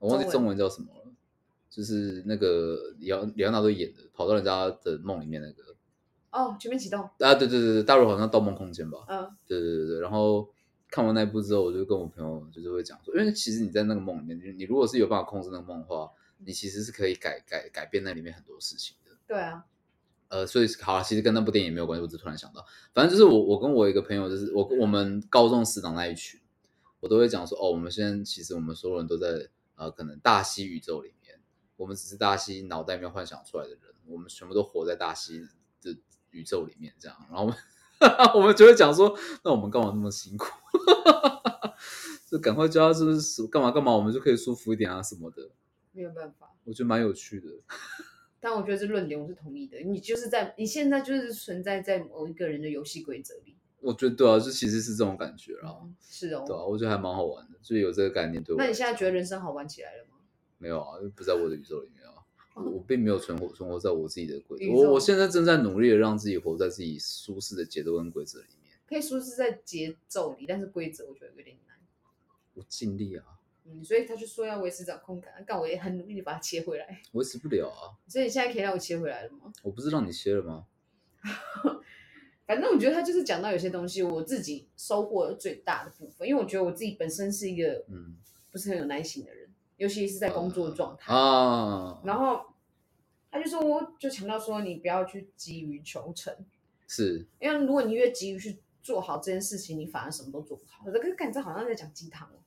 Speaker 2: 我忘记
Speaker 1: 中
Speaker 2: 中文叫什么了，就是那个里奥里奥纳多演的，跑到人家的梦里面那个
Speaker 1: 哦，全面启动，
Speaker 2: 啊，对对对对，大陆好像《盗梦空间》吧，
Speaker 1: 嗯，
Speaker 2: 对对对对，然后看完那一部之后，我就跟我朋友就是会讲说，因为其实你在那个梦里面，你你如果是有办法控制那个梦的话，你其实是可以改改改变那里面很多事情的。
Speaker 1: 对啊，
Speaker 2: 呃，所以好啊，其实跟那部电影没有关系，我只是突然想到，反正就是我我跟我一个朋友，就是我我们高中死党那一群，我都会讲说，哦，我们现在其实我们所有人都在呃，可能大西宇宙里面，我们只是大西脑袋里面幻想出来的人，我们全部都活在大西的宇宙里面这样，然后我们 我们就会讲说，那我们干嘛那么辛苦？ 就赶快教他是不是干嘛干嘛，我们就可以舒服一点啊什么的，
Speaker 1: 没有办法。
Speaker 2: 我觉得蛮有趣的。
Speaker 1: 但我觉得这论点我是同意的，你就是在你现在就是存在在某一个人的游戏规则里，
Speaker 2: 我觉得对啊，就其实是这种感觉啦。
Speaker 1: 是哦。
Speaker 2: 对啊，我觉得还蛮好玩的，就是有这个概念对啊我
Speaker 1: 那
Speaker 2: 来
Speaker 1: 你
Speaker 2: 讲。
Speaker 1: 现在觉得人生好玩起来了吗？
Speaker 2: 没有啊？因为不在我的宇宙里面啊，我我并没有存活存活在我自己的规
Speaker 1: 哦宇
Speaker 2: 则。
Speaker 1: 宙
Speaker 2: 我我现在正在努力的让自己活在自己舒适的节奏跟规则里面，
Speaker 1: 可以说是在节奏里，但是规则我觉得有点难。
Speaker 2: 我尽力啊，
Speaker 1: 嗯，所以他就说要维持掌控感，但我也很努力的把它切回来。
Speaker 2: 维持不了啊。
Speaker 1: 所以你现在可以让我切回来了吗？
Speaker 2: 我不是让你切了吗？
Speaker 1: 反正我觉得他就是讲到有些东西，我自己收获最大的部分，因为我觉得我自己本身是一个
Speaker 2: 嗯，
Speaker 1: 不是很有耐心的人，尤其是在工作状态。
Speaker 2: 啊，
Speaker 1: 然后他就说，就强调说你不要去急于求成，
Speaker 2: 是
Speaker 1: 因为如果你越急于去做好这件事情，你反而什么都做不好。我在跟感觉好像在讲鸡汤哦，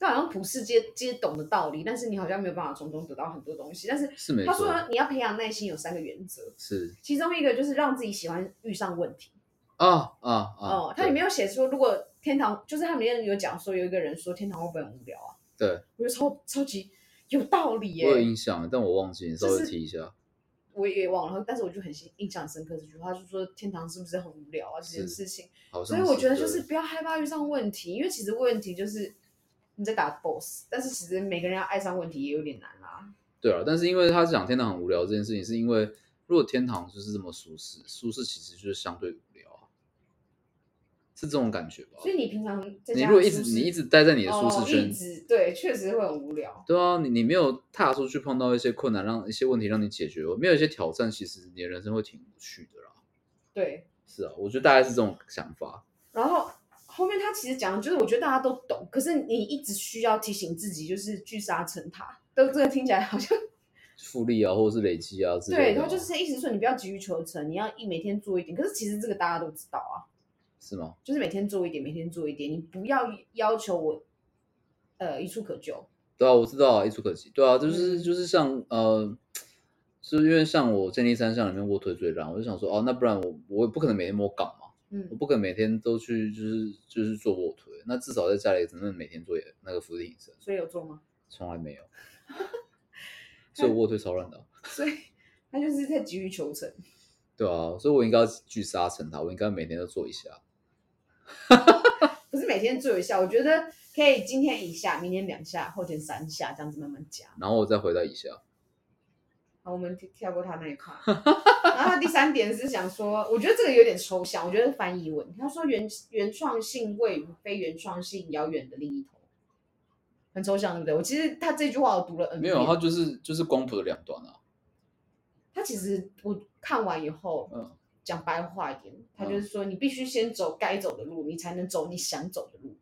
Speaker 1: 这好像普世皆皆懂的道理，但是你好像没有办法从中得到很多东西。但是
Speaker 2: 是没
Speaker 1: 他说
Speaker 2: 错，
Speaker 1: 呢你要培养耐心有三个原则，
Speaker 2: 是
Speaker 1: 其中一个就是让自己喜欢遇上问题。
Speaker 2: 啊啊啊！
Speaker 1: 哦，它里面有写说，如果天堂就是它里面有讲说，有一个人说天堂会不会很无聊啊？
Speaker 2: 对
Speaker 1: 我觉得超超级有道理
Speaker 2: 对我有
Speaker 1: 耶，
Speaker 2: 印象，但我忘记，你稍
Speaker 1: 就
Speaker 2: 微
Speaker 1: 是
Speaker 2: 提一下。
Speaker 1: 我也忘了，但是我就很印象深刻这句话，他就说天堂是不是很无聊啊这件事情，
Speaker 2: 好
Speaker 1: 所
Speaker 2: 像
Speaker 1: 以
Speaker 2: 是
Speaker 1: 我觉得就
Speaker 2: 对
Speaker 1: 是不要害怕遇上问题，因为其实问题就是你在打 boss，但是其实每个人要爱上问题也有点难啦、
Speaker 2: 对啊，但是因为他讲天堂很无聊这件事情，是因为如果天堂就是这么舒适，舒适其实就是相对无聊啊，是这种感觉吧
Speaker 1: 所？以你平常在
Speaker 2: 你
Speaker 1: 家
Speaker 2: 如果一
Speaker 1: 舒
Speaker 2: 直
Speaker 1: 适
Speaker 2: 你一直待在你的舒
Speaker 1: 哦
Speaker 2: 适
Speaker 1: 一
Speaker 2: 圈，
Speaker 1: 直对，确实会很无聊。
Speaker 2: 对啊，你你没有踏出去碰到一些困难，让一些问题让你解决，没有一些挑战，其实你的人生会挺无趣的啦。
Speaker 1: 对，
Speaker 2: 是啊，我觉得大概是这种想法。
Speaker 1: 然后后面他其实讲的就是，我觉得大家都懂，可是你一直需要提醒自己，就是聚沙成塔。都这个听起来好像
Speaker 2: 复利啊，或者是累积啊之类
Speaker 1: 对，
Speaker 2: 的啊、
Speaker 1: 他就是一直说你不要急于求成，你要一每天做一点。可是其实这个大家都知道啊，
Speaker 2: 是吗？
Speaker 1: 就是每天做一点，每天做一点，你不要要求我，呃，一蹴可就。
Speaker 2: 对啊，我知道啊，一触可及。对啊，就是
Speaker 1: 嗯
Speaker 2: 就是像呃，就是因为像我建立三项里面卧推最烂，我就想说哦，那不然我我也不可能每天摸杠嘛，我
Speaker 1: 嗯，
Speaker 2: 不可能每天都去就是就是做卧推，那至少在家里只能每天做也那个伏地挺身，
Speaker 1: 所以有做吗？
Speaker 2: 从来 没有，所以我卧推超烂的啊、
Speaker 1: 所以他就是在急于求成。
Speaker 2: 对啊，所以我应该要聚沙成塔，我应该每天都做一下。
Speaker 1: 不是每天做一下，我觉得可以今天一下，明天两下，后天三下，这样子慢慢加。
Speaker 2: 然后我再回到以下，
Speaker 1: 好，我们跳跳过他那一 块。然后他第三点是想说，我觉得这个有点抽象，我觉得翻译文。他说原原创性位于非原创性遥远的另一头，很抽象，对不对？我其实他这句话我读了 N
Speaker 2: 没
Speaker 1: 遍
Speaker 2: 有，它就是就是光谱的两端啊。
Speaker 1: 他其实我看完以后，
Speaker 2: 嗯
Speaker 1: 讲白话一点，他就是说你必须先走该走的路，你才能走你想走的路。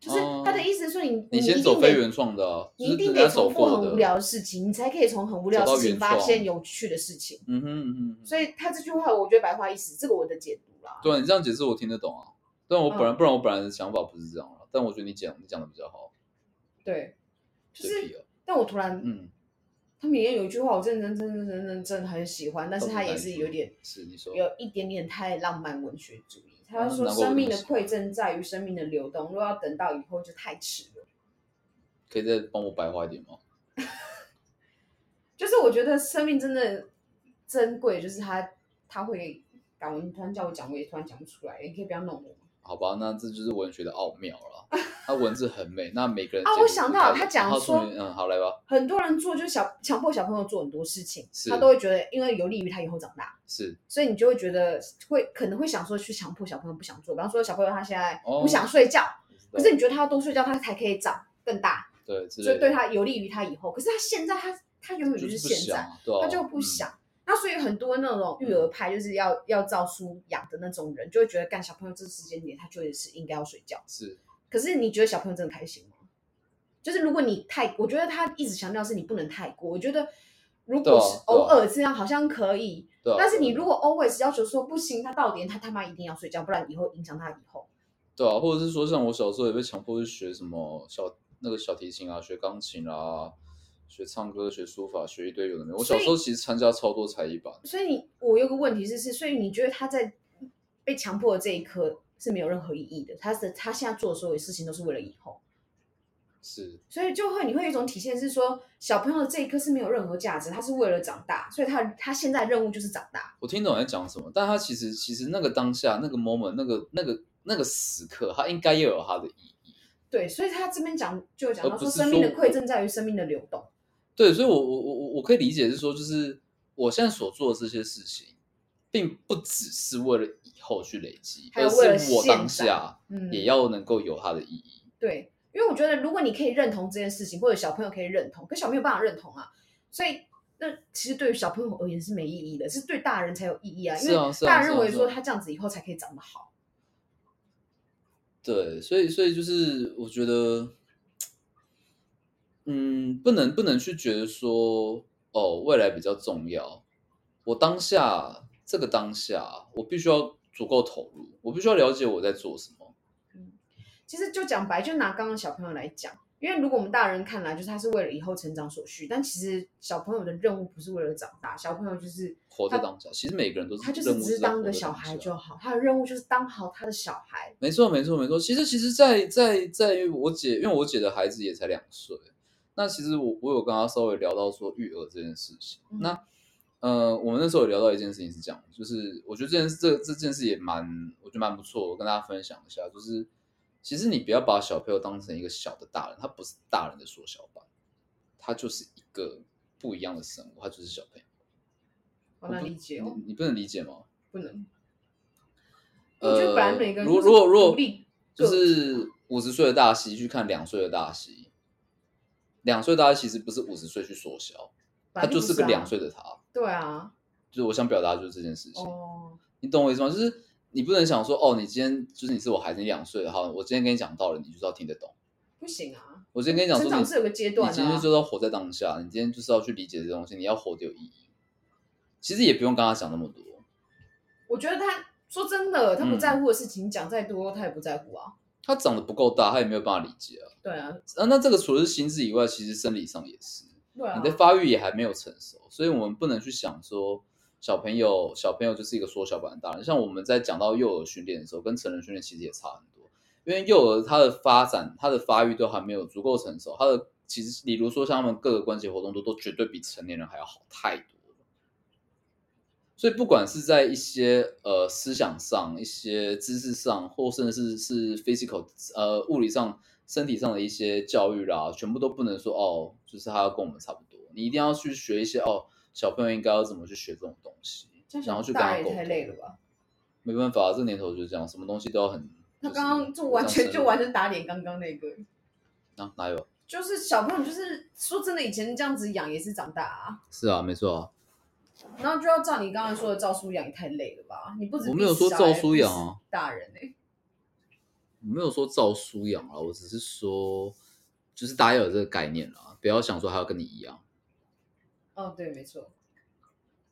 Speaker 1: 就是
Speaker 2: 哦
Speaker 1: 他的意思是说你，
Speaker 2: 你先
Speaker 1: 一
Speaker 2: 走
Speaker 1: 定
Speaker 2: 非
Speaker 1: 得
Speaker 2: 原创的啊
Speaker 1: 你
Speaker 2: 就是
Speaker 1: 一定
Speaker 2: 人家
Speaker 1: 得
Speaker 2: 走
Speaker 1: 重复
Speaker 2: 过
Speaker 1: 很
Speaker 2: 的
Speaker 1: 无聊的事情，你才可以从很无聊的
Speaker 2: 走到
Speaker 1: 事情
Speaker 2: 原
Speaker 1: 发
Speaker 2: 创
Speaker 1: 现有趣的事情。
Speaker 2: 嗯哼嗯哼嗯哼。
Speaker 1: 所以他这句话，我觉得白话意思，这个我的解读啦。
Speaker 2: 对啊，你这样解释我听得懂啊。但我本
Speaker 1: 嗯
Speaker 2: 来、不然我本来的想法不是这样啊，但我觉得你讲你讲的比较好，
Speaker 1: 对，就
Speaker 2: 嘴
Speaker 1: 是，
Speaker 2: 皮啊。
Speaker 1: 但我突然，
Speaker 2: 嗯，
Speaker 1: 他里面有一句话，我真的真的真的真的真的真的很喜欢，但是他也是有点
Speaker 2: 是你说，
Speaker 1: 有一点点太浪漫文学主义。他说，
Speaker 2: 嗯难怪我
Speaker 1: 生命的
Speaker 2: 这么喜欢
Speaker 1: 馈赠在于生命的流动，如果要等到以后就太迟了。
Speaker 2: 可以再帮我白话一点吗？
Speaker 1: 就是我觉得生命真的珍贵，就是他他会感恩，突然叫我讲，我也突然讲不出来，你可以不要弄我吗。
Speaker 2: 好吧，那这就是文学的奥妙 了。它文字很美，那每个人
Speaker 1: 啊
Speaker 2: 解读
Speaker 1: 我
Speaker 2: 不
Speaker 1: 想
Speaker 2: 太
Speaker 1: 到
Speaker 2: 一
Speaker 1: 他
Speaker 2: 样
Speaker 1: 讲
Speaker 2: 他
Speaker 1: 说
Speaker 2: 你嗯，好来吧，
Speaker 1: 很多人做就是小强迫小朋友做很多事情，
Speaker 2: 是
Speaker 1: 他都会觉得因为有利于他以后长大。
Speaker 2: 是
Speaker 1: 所以你就会觉得会可能会想说去强迫小朋友不想做，比方说小朋友他现在
Speaker 2: 哦
Speaker 1: 不想睡觉，
Speaker 2: 我知道
Speaker 1: 可是你觉得他要多睡觉，他才可以长更大，
Speaker 2: 对，之
Speaker 1: 所
Speaker 2: 类的
Speaker 1: 以对他有利于他以后。可是他现在他他永远
Speaker 2: 就是是不
Speaker 1: 现在
Speaker 2: 想，啊，嗯对啊
Speaker 1: 他就不想。那所以很多那种育儿派，就是要要照书养的那种人，就会觉得干小朋友这时间点，他觉得是应该要睡觉。
Speaker 2: 嗯是
Speaker 1: 可是你觉得小朋友真的开心吗？就是如果你太，我觉得他一直强调是你不能太过。我觉得如
Speaker 2: 对啊
Speaker 1: 果是
Speaker 2: 对啊
Speaker 1: 偶尔这样好像可以，
Speaker 2: 对啊。
Speaker 1: 但是你
Speaker 2: 对啊
Speaker 1: 如果 always 要求说不行，他到点他他妈一定要睡觉，不然以后影响他以后。
Speaker 2: 对啊，或者是说像我小时候也被强迫去学什么小那个小提琴啊，学钢琴啊，学唱歌、学书法，学一堆有的没有。我小时候其实参加超多才艺班，
Speaker 1: 所以你我有个问题是是，所以你觉得他在被强迫的这一刻是没有任何意义的，他是他现在做的所有事情都是为了以后。
Speaker 2: 是
Speaker 1: 所以就会你会有一种体现是说，小朋友的这一刻是没有任何价值，他是为了长大，所以他他现在任务就是长大。
Speaker 2: 我听懂你在讲什么，但他其实其实那个当下那个 moment 那个那个那个时刻，他应该要有他的意义。
Speaker 1: 对，所以他这边讲就有讲到
Speaker 2: 而不
Speaker 1: 说，
Speaker 2: 是
Speaker 1: 生命的
Speaker 2: 说
Speaker 1: 馈赠在于生命的流动。
Speaker 2: 对，所以我我我我我可以理解是说，就是我现在所做的这些事情，并不只是为了以后去累积，
Speaker 1: 还有
Speaker 2: 而
Speaker 1: 为了
Speaker 2: 是我
Speaker 1: 现
Speaker 2: 当
Speaker 1: 在
Speaker 2: 下
Speaker 1: 嗯，
Speaker 2: 也要能够有它的意义。
Speaker 1: 对，因为我觉得如果你可以认同这件事情，或者小朋友可以认同，可小朋友没有办法认同啊，所以那其实对于小朋友而言是没意义的，是对大人才有意义啊，因
Speaker 2: 是啊是
Speaker 1: 为
Speaker 2: 啊
Speaker 1: 大
Speaker 2: 是
Speaker 1: 人认
Speaker 2: 啊
Speaker 1: 为
Speaker 2: 是啊
Speaker 1: 说他这样子以后才可以长得好。
Speaker 2: 对，所以所以就是我觉得，嗯，不能不能去觉得说，哦，未来比较重要。我当下这个当下，我必须要足够投入，我必须要了解我在做什么。
Speaker 1: 其实就讲白，就拿刚刚小朋友来讲，因为如果我们大人看来，就是他是为了以后成长所需，但其实小朋友的任务不是为了长大，小朋友就是
Speaker 2: 活在
Speaker 1: 他
Speaker 2: 当下，其实每个人都是
Speaker 1: 他就
Speaker 2: 任
Speaker 1: 是
Speaker 2: 务
Speaker 1: 只是
Speaker 2: 在
Speaker 1: 当
Speaker 2: 活
Speaker 1: 个
Speaker 2: 在
Speaker 1: 小
Speaker 2: 当
Speaker 1: 孩
Speaker 2: 下
Speaker 1: 就好，他的任务就是当好他的小孩。
Speaker 2: 没错，没错，没错。其实，其实在，在在于我姐，因为我姐的孩子也才两岁，那其实我我有跟她稍微聊到说育儿这件事情。
Speaker 1: 嗯
Speaker 2: 那呃，我们那时候有聊到一件事情是这样，就是我觉得这件事这这件事也蛮，我觉得蛮不错，我跟大家分享一下，就是其实你不要把小朋友当成一个小的大人，他不是大人的缩小版，他就是一个不一样的生物，他就是小朋友。
Speaker 1: 好难理解哦，
Speaker 2: 你你不能理解吗？
Speaker 1: 不能。
Speaker 2: 呃
Speaker 1: 我觉得本来每个人
Speaker 2: 如果
Speaker 1: 都是
Speaker 2: 如果如
Speaker 1: 独
Speaker 2: 果
Speaker 1: 立
Speaker 2: 就
Speaker 1: 个体
Speaker 2: 是五十岁的大西去看两岁的大西，两岁的大西其实不是五十岁去缩小，
Speaker 1: 本
Speaker 2: 他
Speaker 1: 来就
Speaker 2: 就
Speaker 1: 不
Speaker 2: 是
Speaker 1: 是
Speaker 2: 个两
Speaker 1: 啊。
Speaker 2: 岁的他。
Speaker 1: 对啊，
Speaker 2: 就是我想表达就是这件事情，
Speaker 1: 哦，
Speaker 2: 你懂我意思吗？就是你不能想说哦，你今天就是你是我孩子，你两岁的哈，我今天跟你讲道理，你就是要听得懂。
Speaker 1: 不行啊，
Speaker 2: 我今天跟你讲
Speaker 1: 成
Speaker 2: 说
Speaker 1: 长
Speaker 2: 你，
Speaker 1: 是有个阶
Speaker 2: 你
Speaker 1: 段
Speaker 2: 今天
Speaker 1: 啊
Speaker 2: 就。是要活在当下，你今天就是要去理解这东西，你要活得有意义。其实也不用跟他讲那么多，
Speaker 1: 我觉得他说真的，他不
Speaker 2: 嗯
Speaker 1: 在乎的事情讲再多，他也不在乎啊。
Speaker 2: 他长得不够大，他也没有办法理解啊。
Speaker 1: 对啊，
Speaker 2: 啊，那这个除了是心智以外，其实生理上也是。
Speaker 1: 对啊
Speaker 2: 你。的发育也还没有成熟，所以我们不能去想说小朋友小朋友就是一个缩小版的大人。像我们在讲到幼儿训练的时候，跟成人训练其实也差很多，因为幼儿他的发展、他的发育都还没有足够成熟，他的其实比如说像他们各个关节活动度都绝对比成年人还要好太多了。所以不管是在一些呃思想上、一些知识上，或甚至是 physical 呃物理上、身体上的一些教育啦，全部都不能说哦，就是他要跟我们差不多，你一定要去学一些哦，小朋友应该要怎么去学这种东西
Speaker 1: 这，样
Speaker 2: 然后去
Speaker 1: 想
Speaker 2: 跟
Speaker 1: 大
Speaker 2: 他
Speaker 1: 人
Speaker 2: 沟
Speaker 1: 也太累
Speaker 2: 通。
Speaker 1: 了吧？
Speaker 2: 没办法，这年头就是这样，什么东西都要很。
Speaker 1: 他
Speaker 2: 是
Speaker 1: 刚刚就完
Speaker 2: 这
Speaker 1: 全
Speaker 2: 样
Speaker 1: 就完全打脸刚刚那个，
Speaker 2: 啊，哪有？
Speaker 1: 就是小朋友就是说真的，以前这样子养也是长大啊，
Speaker 2: 是啊，没错啊，
Speaker 1: 然后就要照你刚刚说的照书养也太累了吧？你不止
Speaker 2: 我没有
Speaker 1: 逼
Speaker 2: 说
Speaker 1: 小
Speaker 2: 照
Speaker 1: 孩
Speaker 2: 书
Speaker 1: 逼
Speaker 2: 养
Speaker 1: 死
Speaker 2: 啊
Speaker 1: 大人哎、
Speaker 2: 我没有说照书养啊，我只是说，就是大家有这个概念啦，不要想说他要跟你一样。
Speaker 1: 哦对，没错，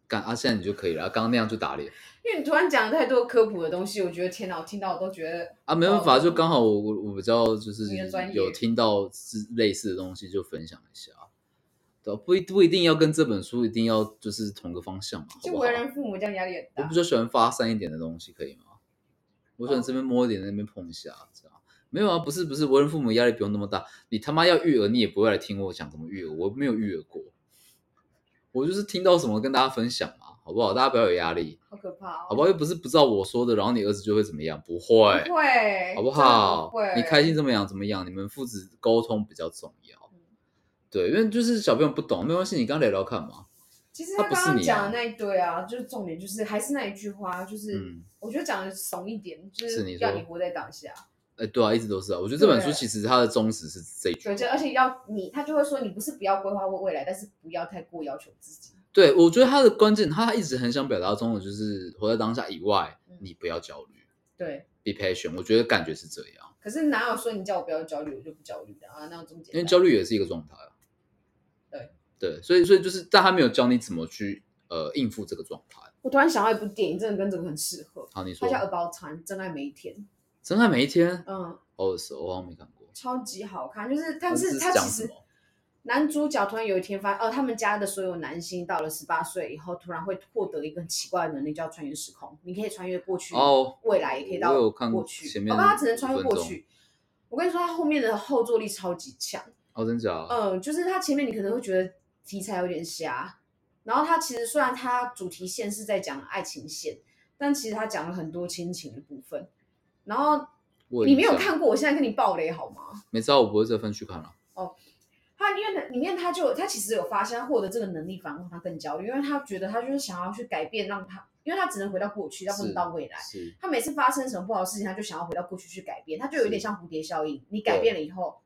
Speaker 2: 干啊，现在你就可以了。刚刚那样就打脸
Speaker 1: 因为你突然讲了太多科普的东西，我觉得天哪，我听到我都觉得
Speaker 2: 啊，没办法，
Speaker 1: 哦
Speaker 2: 就刚好我我我比较就是
Speaker 1: 你的专业
Speaker 2: 有听到之类似的东西就分享一下，对啊，不一不一定要跟这本书一定要就是同个方向嘛，好
Speaker 1: 就
Speaker 2: 不好
Speaker 1: 为？人父母这样压力很
Speaker 2: 我
Speaker 1: 大
Speaker 2: 比。较喜欢发散一点的东西，可以吗？我
Speaker 1: 哦
Speaker 2: 喜欢这边摸一点，那边碰一下，这样没有啊？不是不是，为人父母压力不用那么大。你他妈要育儿，你也不会来听我讲怎么育儿，我没有育儿过，我就是听到什么跟大家分享嘛，好不好？大家不要有压力，
Speaker 1: 好可怕哦！
Speaker 2: 好不好？又不是不知道我说的，然后你儿子就会怎么样？不会，
Speaker 1: 不会，
Speaker 2: 好不
Speaker 1: 真的
Speaker 2: 好？
Speaker 1: 不会，
Speaker 2: 你开心怎么样怎么样？你们父子沟通比较重要。
Speaker 1: 嗯
Speaker 2: 对，因为就是小朋友不懂，没关系，你刚聊聊看嘛。
Speaker 1: 其实
Speaker 2: 他
Speaker 1: 他
Speaker 2: 不是
Speaker 1: 刚刚
Speaker 2: 你啊
Speaker 1: 讲的那一堆啊，就是重点就是还是那一句话，就是、
Speaker 2: 嗯
Speaker 1: 我觉得讲的怂一点，就是
Speaker 2: 你
Speaker 1: 要
Speaker 2: 说
Speaker 1: 你活在当下。
Speaker 2: 哎，对啊，一直都是啊。我觉得这本书
Speaker 1: 对
Speaker 2: 其实它的宗旨是这一句
Speaker 1: 对，就而且要你，他就会说你不是不要规划未未来，但是不要太过要求自己。
Speaker 2: 对，我觉得他的关键，他一直很想表达中的就是活在当下以外
Speaker 1: 嗯，
Speaker 2: 你不要焦虑
Speaker 1: 对，
Speaker 2: ，be patient。我觉得感觉是这样，
Speaker 1: 可是哪有说你叫我不要焦虑，我就不焦虑的啊？哪有这么简
Speaker 2: 因为
Speaker 1: 单？
Speaker 2: 焦虑也是一个状态啊。
Speaker 1: 对
Speaker 2: 对，所以所以就是，但他没有教你怎么去呃应付这个状态。
Speaker 1: 我突然想到一部电影，真的跟这个很适合，
Speaker 2: 好，你
Speaker 1: 它
Speaker 2: 说
Speaker 1: 叫
Speaker 2: 《
Speaker 1: 《About Time》，真爱每一天。
Speaker 2: 真爱每一天》
Speaker 1: 嗯，
Speaker 2: 哦，是我好像没看过。
Speaker 1: 超级好看，就是但
Speaker 2: 这
Speaker 1: 是
Speaker 2: 是
Speaker 1: 它
Speaker 2: 讲
Speaker 1: 其
Speaker 2: 什
Speaker 1: 实
Speaker 2: 么
Speaker 1: 男主角突然有一天发现，哦，他们家的所有男性到了十八岁以后，突然会获得一个很奇怪的能力，叫穿越时空，你可以穿越过去。
Speaker 2: 哦，
Speaker 1: 未来也可以到
Speaker 2: 我有看
Speaker 1: 过去，
Speaker 2: 前面
Speaker 1: 哦不他只能穿越
Speaker 2: 5分
Speaker 1: 过
Speaker 2: 钟
Speaker 1: 去。我跟你说，他后面的后坐力超级强。
Speaker 2: 哦，真假？
Speaker 1: 嗯，就是他前面你可能会觉得题材有点瞎，然后他其实虽然他主题线是在讲爱情线，但其实他讲了很多亲情的部分。然后
Speaker 2: 我
Speaker 1: 你没有
Speaker 2: 印象？
Speaker 1: 看过，我现在跟你爆雷好吗？
Speaker 2: 没知道，我不会再分去看了。
Speaker 1: 他因为里面他就他其实有发现，他获得这个能力反而让他更焦虑，因为他觉得他就是想要去改变，让他因为他只能回到过去，他不能
Speaker 2: 是
Speaker 1: 到未来。
Speaker 2: 是，
Speaker 1: 他每次发生什么不好的事情，他就想要回到过去去改变，他就有点像蝴蝶效应，你改变了以后，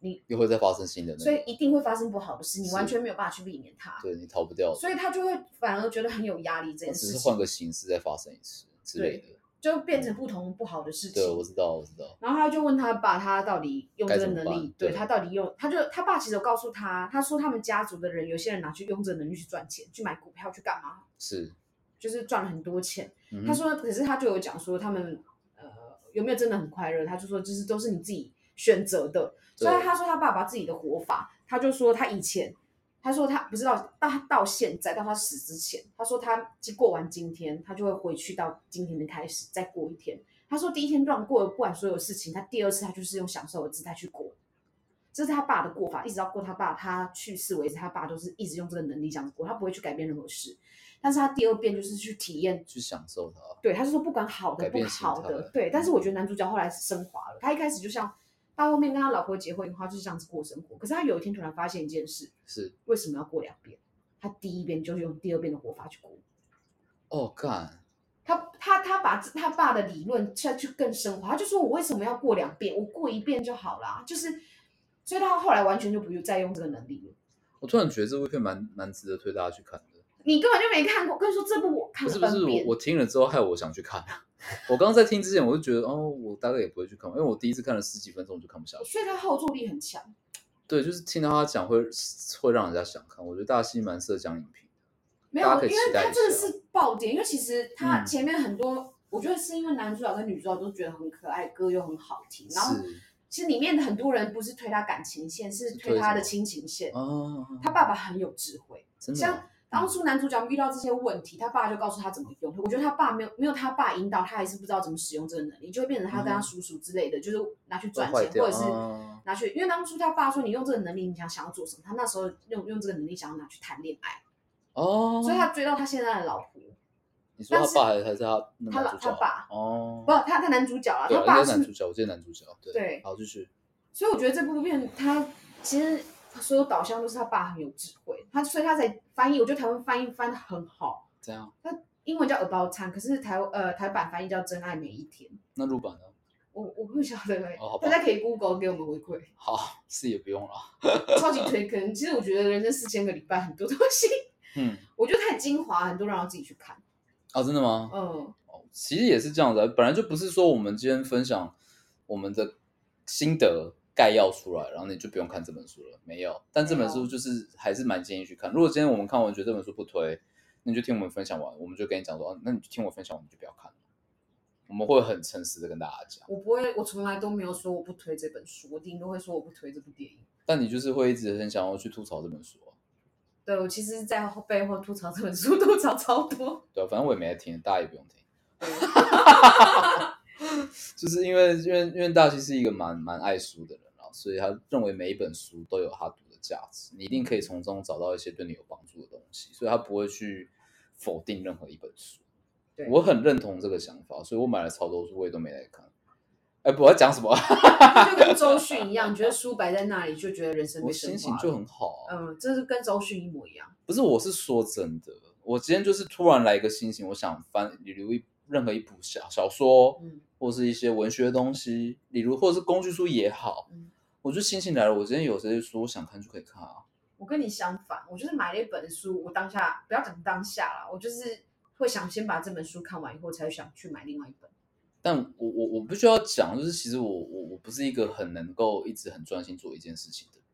Speaker 1: 你
Speaker 2: 又会再发生新的那
Speaker 1: 所
Speaker 2: 个，
Speaker 1: 以一定会发生不好的事，你
Speaker 2: 是
Speaker 1: 完全没有办法去避免它，
Speaker 2: 对你逃不掉的，
Speaker 1: 所以他就会反而觉得很有压力，这件
Speaker 2: 只
Speaker 1: 事
Speaker 2: 是
Speaker 1: 情
Speaker 2: 换个形式再发生一次之类的。
Speaker 1: 就变成不同不好的事
Speaker 2: 对，我
Speaker 1: 情。
Speaker 2: 知道，我知道。
Speaker 1: 然后他就问他爸，他到底用这个
Speaker 2: 该怎么
Speaker 1: 能
Speaker 2: 办
Speaker 1: 力，对
Speaker 2: 对
Speaker 1: 他到底用，他就他爸其实有告诉他，他说他们家族的人有些人拿去用这个能力去赚钱，去买股票去干嘛，
Speaker 2: 是，
Speaker 1: 就是赚了很多钱。
Speaker 2: 嗯
Speaker 1: 他
Speaker 2: 哼
Speaker 1: 说，可是他就有讲说他们呃有没有真的很快乐，他就说就是都是你自己选择的。
Speaker 2: 对
Speaker 1: 所以他说他爸爸自己的活法，他就说他以前，他说他不知道到他到现在到他死之前，他说他过完今天，他就会回去到今天的开始再过一天。他说第一天乱过了，不管所有事情，他第二次他就是用享受的姿态去过。这是他爸的过法，一直到过他爸他去世为止，他爸都是一直用这个能力这样过，他不会去改变任何事。但是他第二遍就是去体验
Speaker 2: 去享受它。
Speaker 1: 对，他是说不管好
Speaker 2: 改
Speaker 1: 的不
Speaker 2: 变心
Speaker 1: 好
Speaker 2: 态嗯
Speaker 1: 的，对。但是我觉得男主角后来是升华了，他一开始就像到后面跟他老婆结婚以后，他就是这样子过生活。可是他有一天突然发现一件事，
Speaker 2: 是，
Speaker 1: 为什么要过两遍？他第一遍就是用第二遍的活法去过。
Speaker 2: 哦，干，
Speaker 1: 他他他把自他爸的理论再去更升华，他就说我为什么要过两遍？我过一遍就好啦。就是，所以他后来完全就不用再用这个能力了。
Speaker 2: 我突然觉得这部片蛮蛮值得推大家去看的。
Speaker 1: 你根本就没看过，跟你说这部我看
Speaker 2: 不
Speaker 1: 了
Speaker 2: 是不是，
Speaker 1: 半
Speaker 2: 我
Speaker 1: 遍，
Speaker 2: 我听了之后害我想去看。啊 我刚刚在听之前，我就觉得，哦，我大概也不会去看，因为我第一次看了十几分钟我就看不下去。
Speaker 1: 所以他后坐力很强。
Speaker 2: 对，就是听到他讲会会让人家想看。我觉得大西蛮适合讲影评，
Speaker 1: 没
Speaker 2: 大家
Speaker 1: 有，
Speaker 2: 可以
Speaker 1: 因
Speaker 2: 期
Speaker 1: 为
Speaker 2: 待
Speaker 1: 他
Speaker 2: 一
Speaker 1: 这个
Speaker 2: 下
Speaker 1: 是爆点，因为其实他
Speaker 2: 嗯
Speaker 1: 前面很多，我觉得是因为男主角跟女主角都觉得很可爱，歌又很好听，然后
Speaker 2: 是
Speaker 1: 其实里面的很多人不是推他感情线，是推他的亲情线。
Speaker 2: 哦，
Speaker 1: 他爸爸很有智慧，
Speaker 2: 真的
Speaker 1: 像
Speaker 2: 啊
Speaker 1: 当初男主角遇到这些问题，他爸就告诉他怎么用。我觉得他爸没有没有他爸引导，他还是不知道怎么使用这个能力，就会变成他跟他
Speaker 2: 嗯
Speaker 1: 叔叔之类的，就是拿去
Speaker 2: 会
Speaker 1: 赚
Speaker 2: 坏
Speaker 1: 钱，
Speaker 2: 掉
Speaker 1: 或者是
Speaker 2: 啊
Speaker 1: 拿去，因为当初他爸说你用这个能力，你想想要做什么？他那时候用用这个能力想要拿去谈恋爱，
Speaker 2: 哦，
Speaker 1: 所以他追到他现在的老婆。
Speaker 2: 你说他
Speaker 1: 但是
Speaker 2: 爸还还是他那
Speaker 1: 他
Speaker 2: 男
Speaker 1: 老
Speaker 2: 主角
Speaker 1: 他爸
Speaker 2: 哦，
Speaker 1: 不，他他男主角啦，
Speaker 2: 对
Speaker 1: 他
Speaker 2: 啊，
Speaker 1: 爸
Speaker 2: 应该是男
Speaker 1: 是
Speaker 2: 主，角，我记得男主角对
Speaker 1: 对
Speaker 2: 好继续
Speaker 1: 所以我觉得这部片他其实所有导向都是他爸很有智慧，他所以他才翻译，我觉得台湾翻译翻的很好，
Speaker 2: 这样，
Speaker 1: 英文叫 About Time，可是台呃台版翻译叫真爱每一天，
Speaker 2: 那陆版呢？
Speaker 1: 我我不晓得哎、
Speaker 2: 哦好吧
Speaker 1: 大家可以 Google 给我们回馈，
Speaker 2: 好，是也不用了，
Speaker 1: 超级推坑。其实我觉得人生四千个礼拜很多东西，
Speaker 2: 嗯，
Speaker 1: 我觉得太精华，很多人要自己去看。
Speaker 2: 哦，真的吗？
Speaker 1: 嗯，
Speaker 2: 哦，其实也是这样子、啊，本来就不是说我们今天分享我们的心得概要出来，然后你就不用看这本书了，没有。但这本
Speaker 1: 没
Speaker 2: 书
Speaker 1: 有
Speaker 2: 就是还是蛮建议去看。如果今天我们看完觉得这本书不推，那你就听我们分享完，我们就跟你讲说，哦，那你就听我分享完，你就不要看了。我们会很诚实的跟大家讲，
Speaker 1: 我不会，我从来都没有说我不推这本书，我顶多会说我不推这部电影。
Speaker 2: 但你就是会一直很想要去吐槽这本书、啊，
Speaker 1: 对我其实，在后背后吐槽这本书， 吐槽超多。
Speaker 2: 对啊、反正我也没在听，大家也不用听。就是因为因为因为大西是一个蛮蛮爱书的人啊，所以他认为每一本书都有他读的价值，你一定可以从中找到一些对你有帮助的东西，所以他不会去否定任何一本书
Speaker 1: 对。
Speaker 2: 我很认同这个想法，所以我买了超多书，我也都没来看。哎，不我要讲什么？
Speaker 1: 就跟周迅一样，你觉得书摆在那里就觉得人生
Speaker 2: 我
Speaker 1: 被
Speaker 2: 心
Speaker 1: 升
Speaker 2: 情
Speaker 1: 华
Speaker 2: 就
Speaker 1: 了。
Speaker 2: 很好、啊。
Speaker 1: 嗯，这是跟周迅一模一样。
Speaker 2: 不是，我是说真的，我今天就是突然来一个心情，我想翻留一任何一部小小说，哦
Speaker 1: 嗯
Speaker 2: 或是一些文学的东西，例如或者是工具书也好，
Speaker 1: 嗯
Speaker 2: 我就心情来了，我今天有些书我想看就可以看啊。
Speaker 1: 我跟你相反，我就是买了一本书，我当下不要讲当下啦，我就是会想先把这本书看完以后，才想去买另外一本。
Speaker 2: 但我我我必须要讲，就是其实我我我不是一个很能够一直很专心做一件事情的人，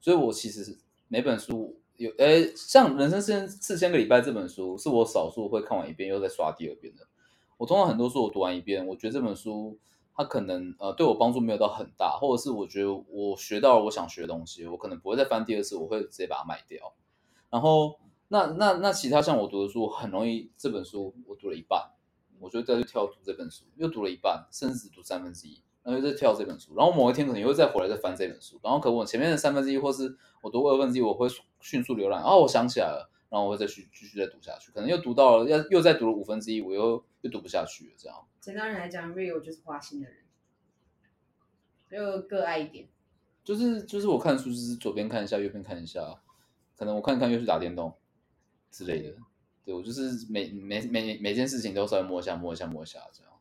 Speaker 2: 所以我其实每本书有，呃，像《人生四千四千个礼拜》这本书，是我少数会看完一遍又再刷第二遍的。我通常很多书我读完一遍，我觉得这本书它可能呃对我帮助没有到很大，或者是我觉得我学到了我想学的东西，我可能不会再翻第二次，我会直接把它卖掉。然后那那那其他像我读的书，很容易这本书我读了一半，我就再去跳读这本书，又读了一半，甚至只读三分之一，然后又再跳这本书，然后某一天可能又会再回来再翻这本书，然后可能我前面的三分之一或是我读二分之一，我会迅速浏览，哦，我想起来了，然后我会再去继续再读下去，可能又读到了要又再读了五分之一，我又又读不下去了，这样。
Speaker 1: 简单来讲，real 就是花心的人，就各爱一点。
Speaker 2: 就是就是我看书就是左边看一下，右边看一下，可能我看一看又去打电动之类的。对我就是每每每每件事情都稍微摸一下摸一下摸一下这样。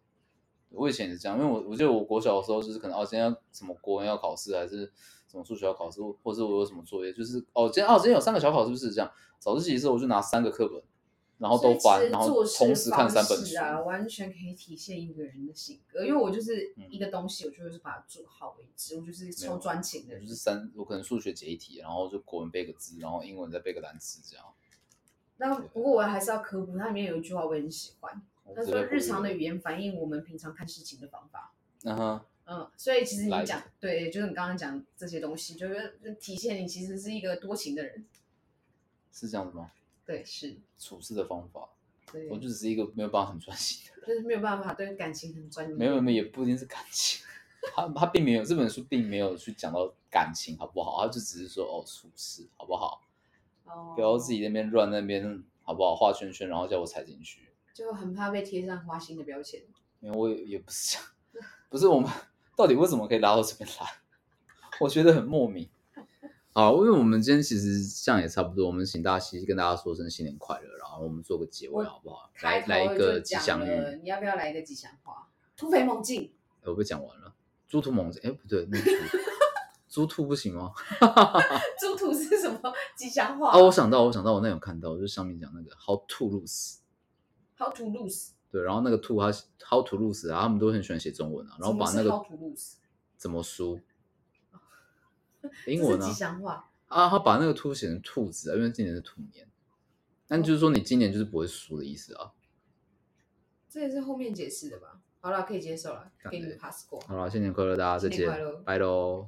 Speaker 2: 我以前也是这样，因为我我记得我国小的时候就是可能哦今天要什么国文要考试，还是什么数学要考试，或者我有什么作业，就是哦今天哦今天有三个小考是不是这样？早自习的时候我就拿三个课本，然后都
Speaker 1: 所以
Speaker 2: 翻，
Speaker 1: 其实
Speaker 2: 然后
Speaker 1: 做事
Speaker 2: 同时看三本
Speaker 1: 方式
Speaker 2: 书。
Speaker 1: 啊，完全可以体现一个人的性格。因为我就是一个东西，我就是把它做好为止，我就是
Speaker 2: 嗯没有嗯
Speaker 1: 超专情的
Speaker 2: 我就
Speaker 1: 人
Speaker 2: 是。三，我可能数学解一题，然后就国文背个字，然后英文再背个单词这样。
Speaker 1: 那不过我还是要科普，它里面有一句话我也很喜欢，他
Speaker 2: 我觉
Speaker 1: 说
Speaker 2: 得
Speaker 1: 日常
Speaker 2: 不
Speaker 1: 的语言反映我们平常看事情的方法。
Speaker 2: 嗯哼。
Speaker 1: 嗯，所以其实
Speaker 2: 来
Speaker 1: 你讲对，就是你刚刚讲这些东西，就是体现你其实是一个多情的人。
Speaker 2: 是这样子吗？
Speaker 1: 对，是，
Speaker 2: 处事的方法，
Speaker 1: 对，
Speaker 2: 我
Speaker 1: 就
Speaker 2: 就只是一个没有办法很专心的人。
Speaker 1: 是没有办法对感情很专一。
Speaker 2: 没有没有，也不一定是感情。 他他并没有这本书并没有去讲到感情好不好，他就只是说哦处事好不好，
Speaker 1: 哦，
Speaker 2: 不要自己在那边乱那边好不好画圈圈，然后叫我踩进去。
Speaker 1: 就很怕被贴上花心的标签。
Speaker 2: 因为我也也不是这样， 不是我们到底为什么可以拉到这边来？ 我觉得很 莫名。好，因为我们今天其实这样也差不多，我们请大家西西跟大家说声新年快乐，然后我们做个结尾
Speaker 1: 我
Speaker 2: 好不好？
Speaker 1: 开
Speaker 2: 来来
Speaker 1: 头
Speaker 2: 一
Speaker 1: 就
Speaker 2: 个吉
Speaker 1: 讲
Speaker 2: 祥语
Speaker 1: 了，。你要不要来一个吉祥话？突飞猛进，
Speaker 2: 欸我被讲完了。猪兔猛进，哎、不对，那 是猪猪兔不行吗？
Speaker 1: 猪图是什么吉祥话？
Speaker 2: 啊，我想到，我想到，我那有看到，就是上面讲那个 how to lose，
Speaker 1: h o w to lose？
Speaker 2: 对，然后那个 to 他 how to lose 啊，他们都很喜欢写中文啊，然后把那
Speaker 1: 什么是 how
Speaker 2: 个
Speaker 1: to lose？
Speaker 2: 怎么输，哦
Speaker 1: 这
Speaker 2: 英
Speaker 1: 是
Speaker 2: 文
Speaker 1: 吉
Speaker 2: 啊，
Speaker 1: 祥话。
Speaker 2: 啊，他把那个兔写成兔子啊，因为今年是兔年，但就是说你今年就是不会输的意思啊。
Speaker 1: 这也是后面解释的吧？好了，可以接受了，给你
Speaker 2: 干
Speaker 1: 们 pass 过。
Speaker 2: 好了，新年快乐，大家再
Speaker 1: 新年
Speaker 2: 见
Speaker 1: 快乐，
Speaker 2: 拜喽。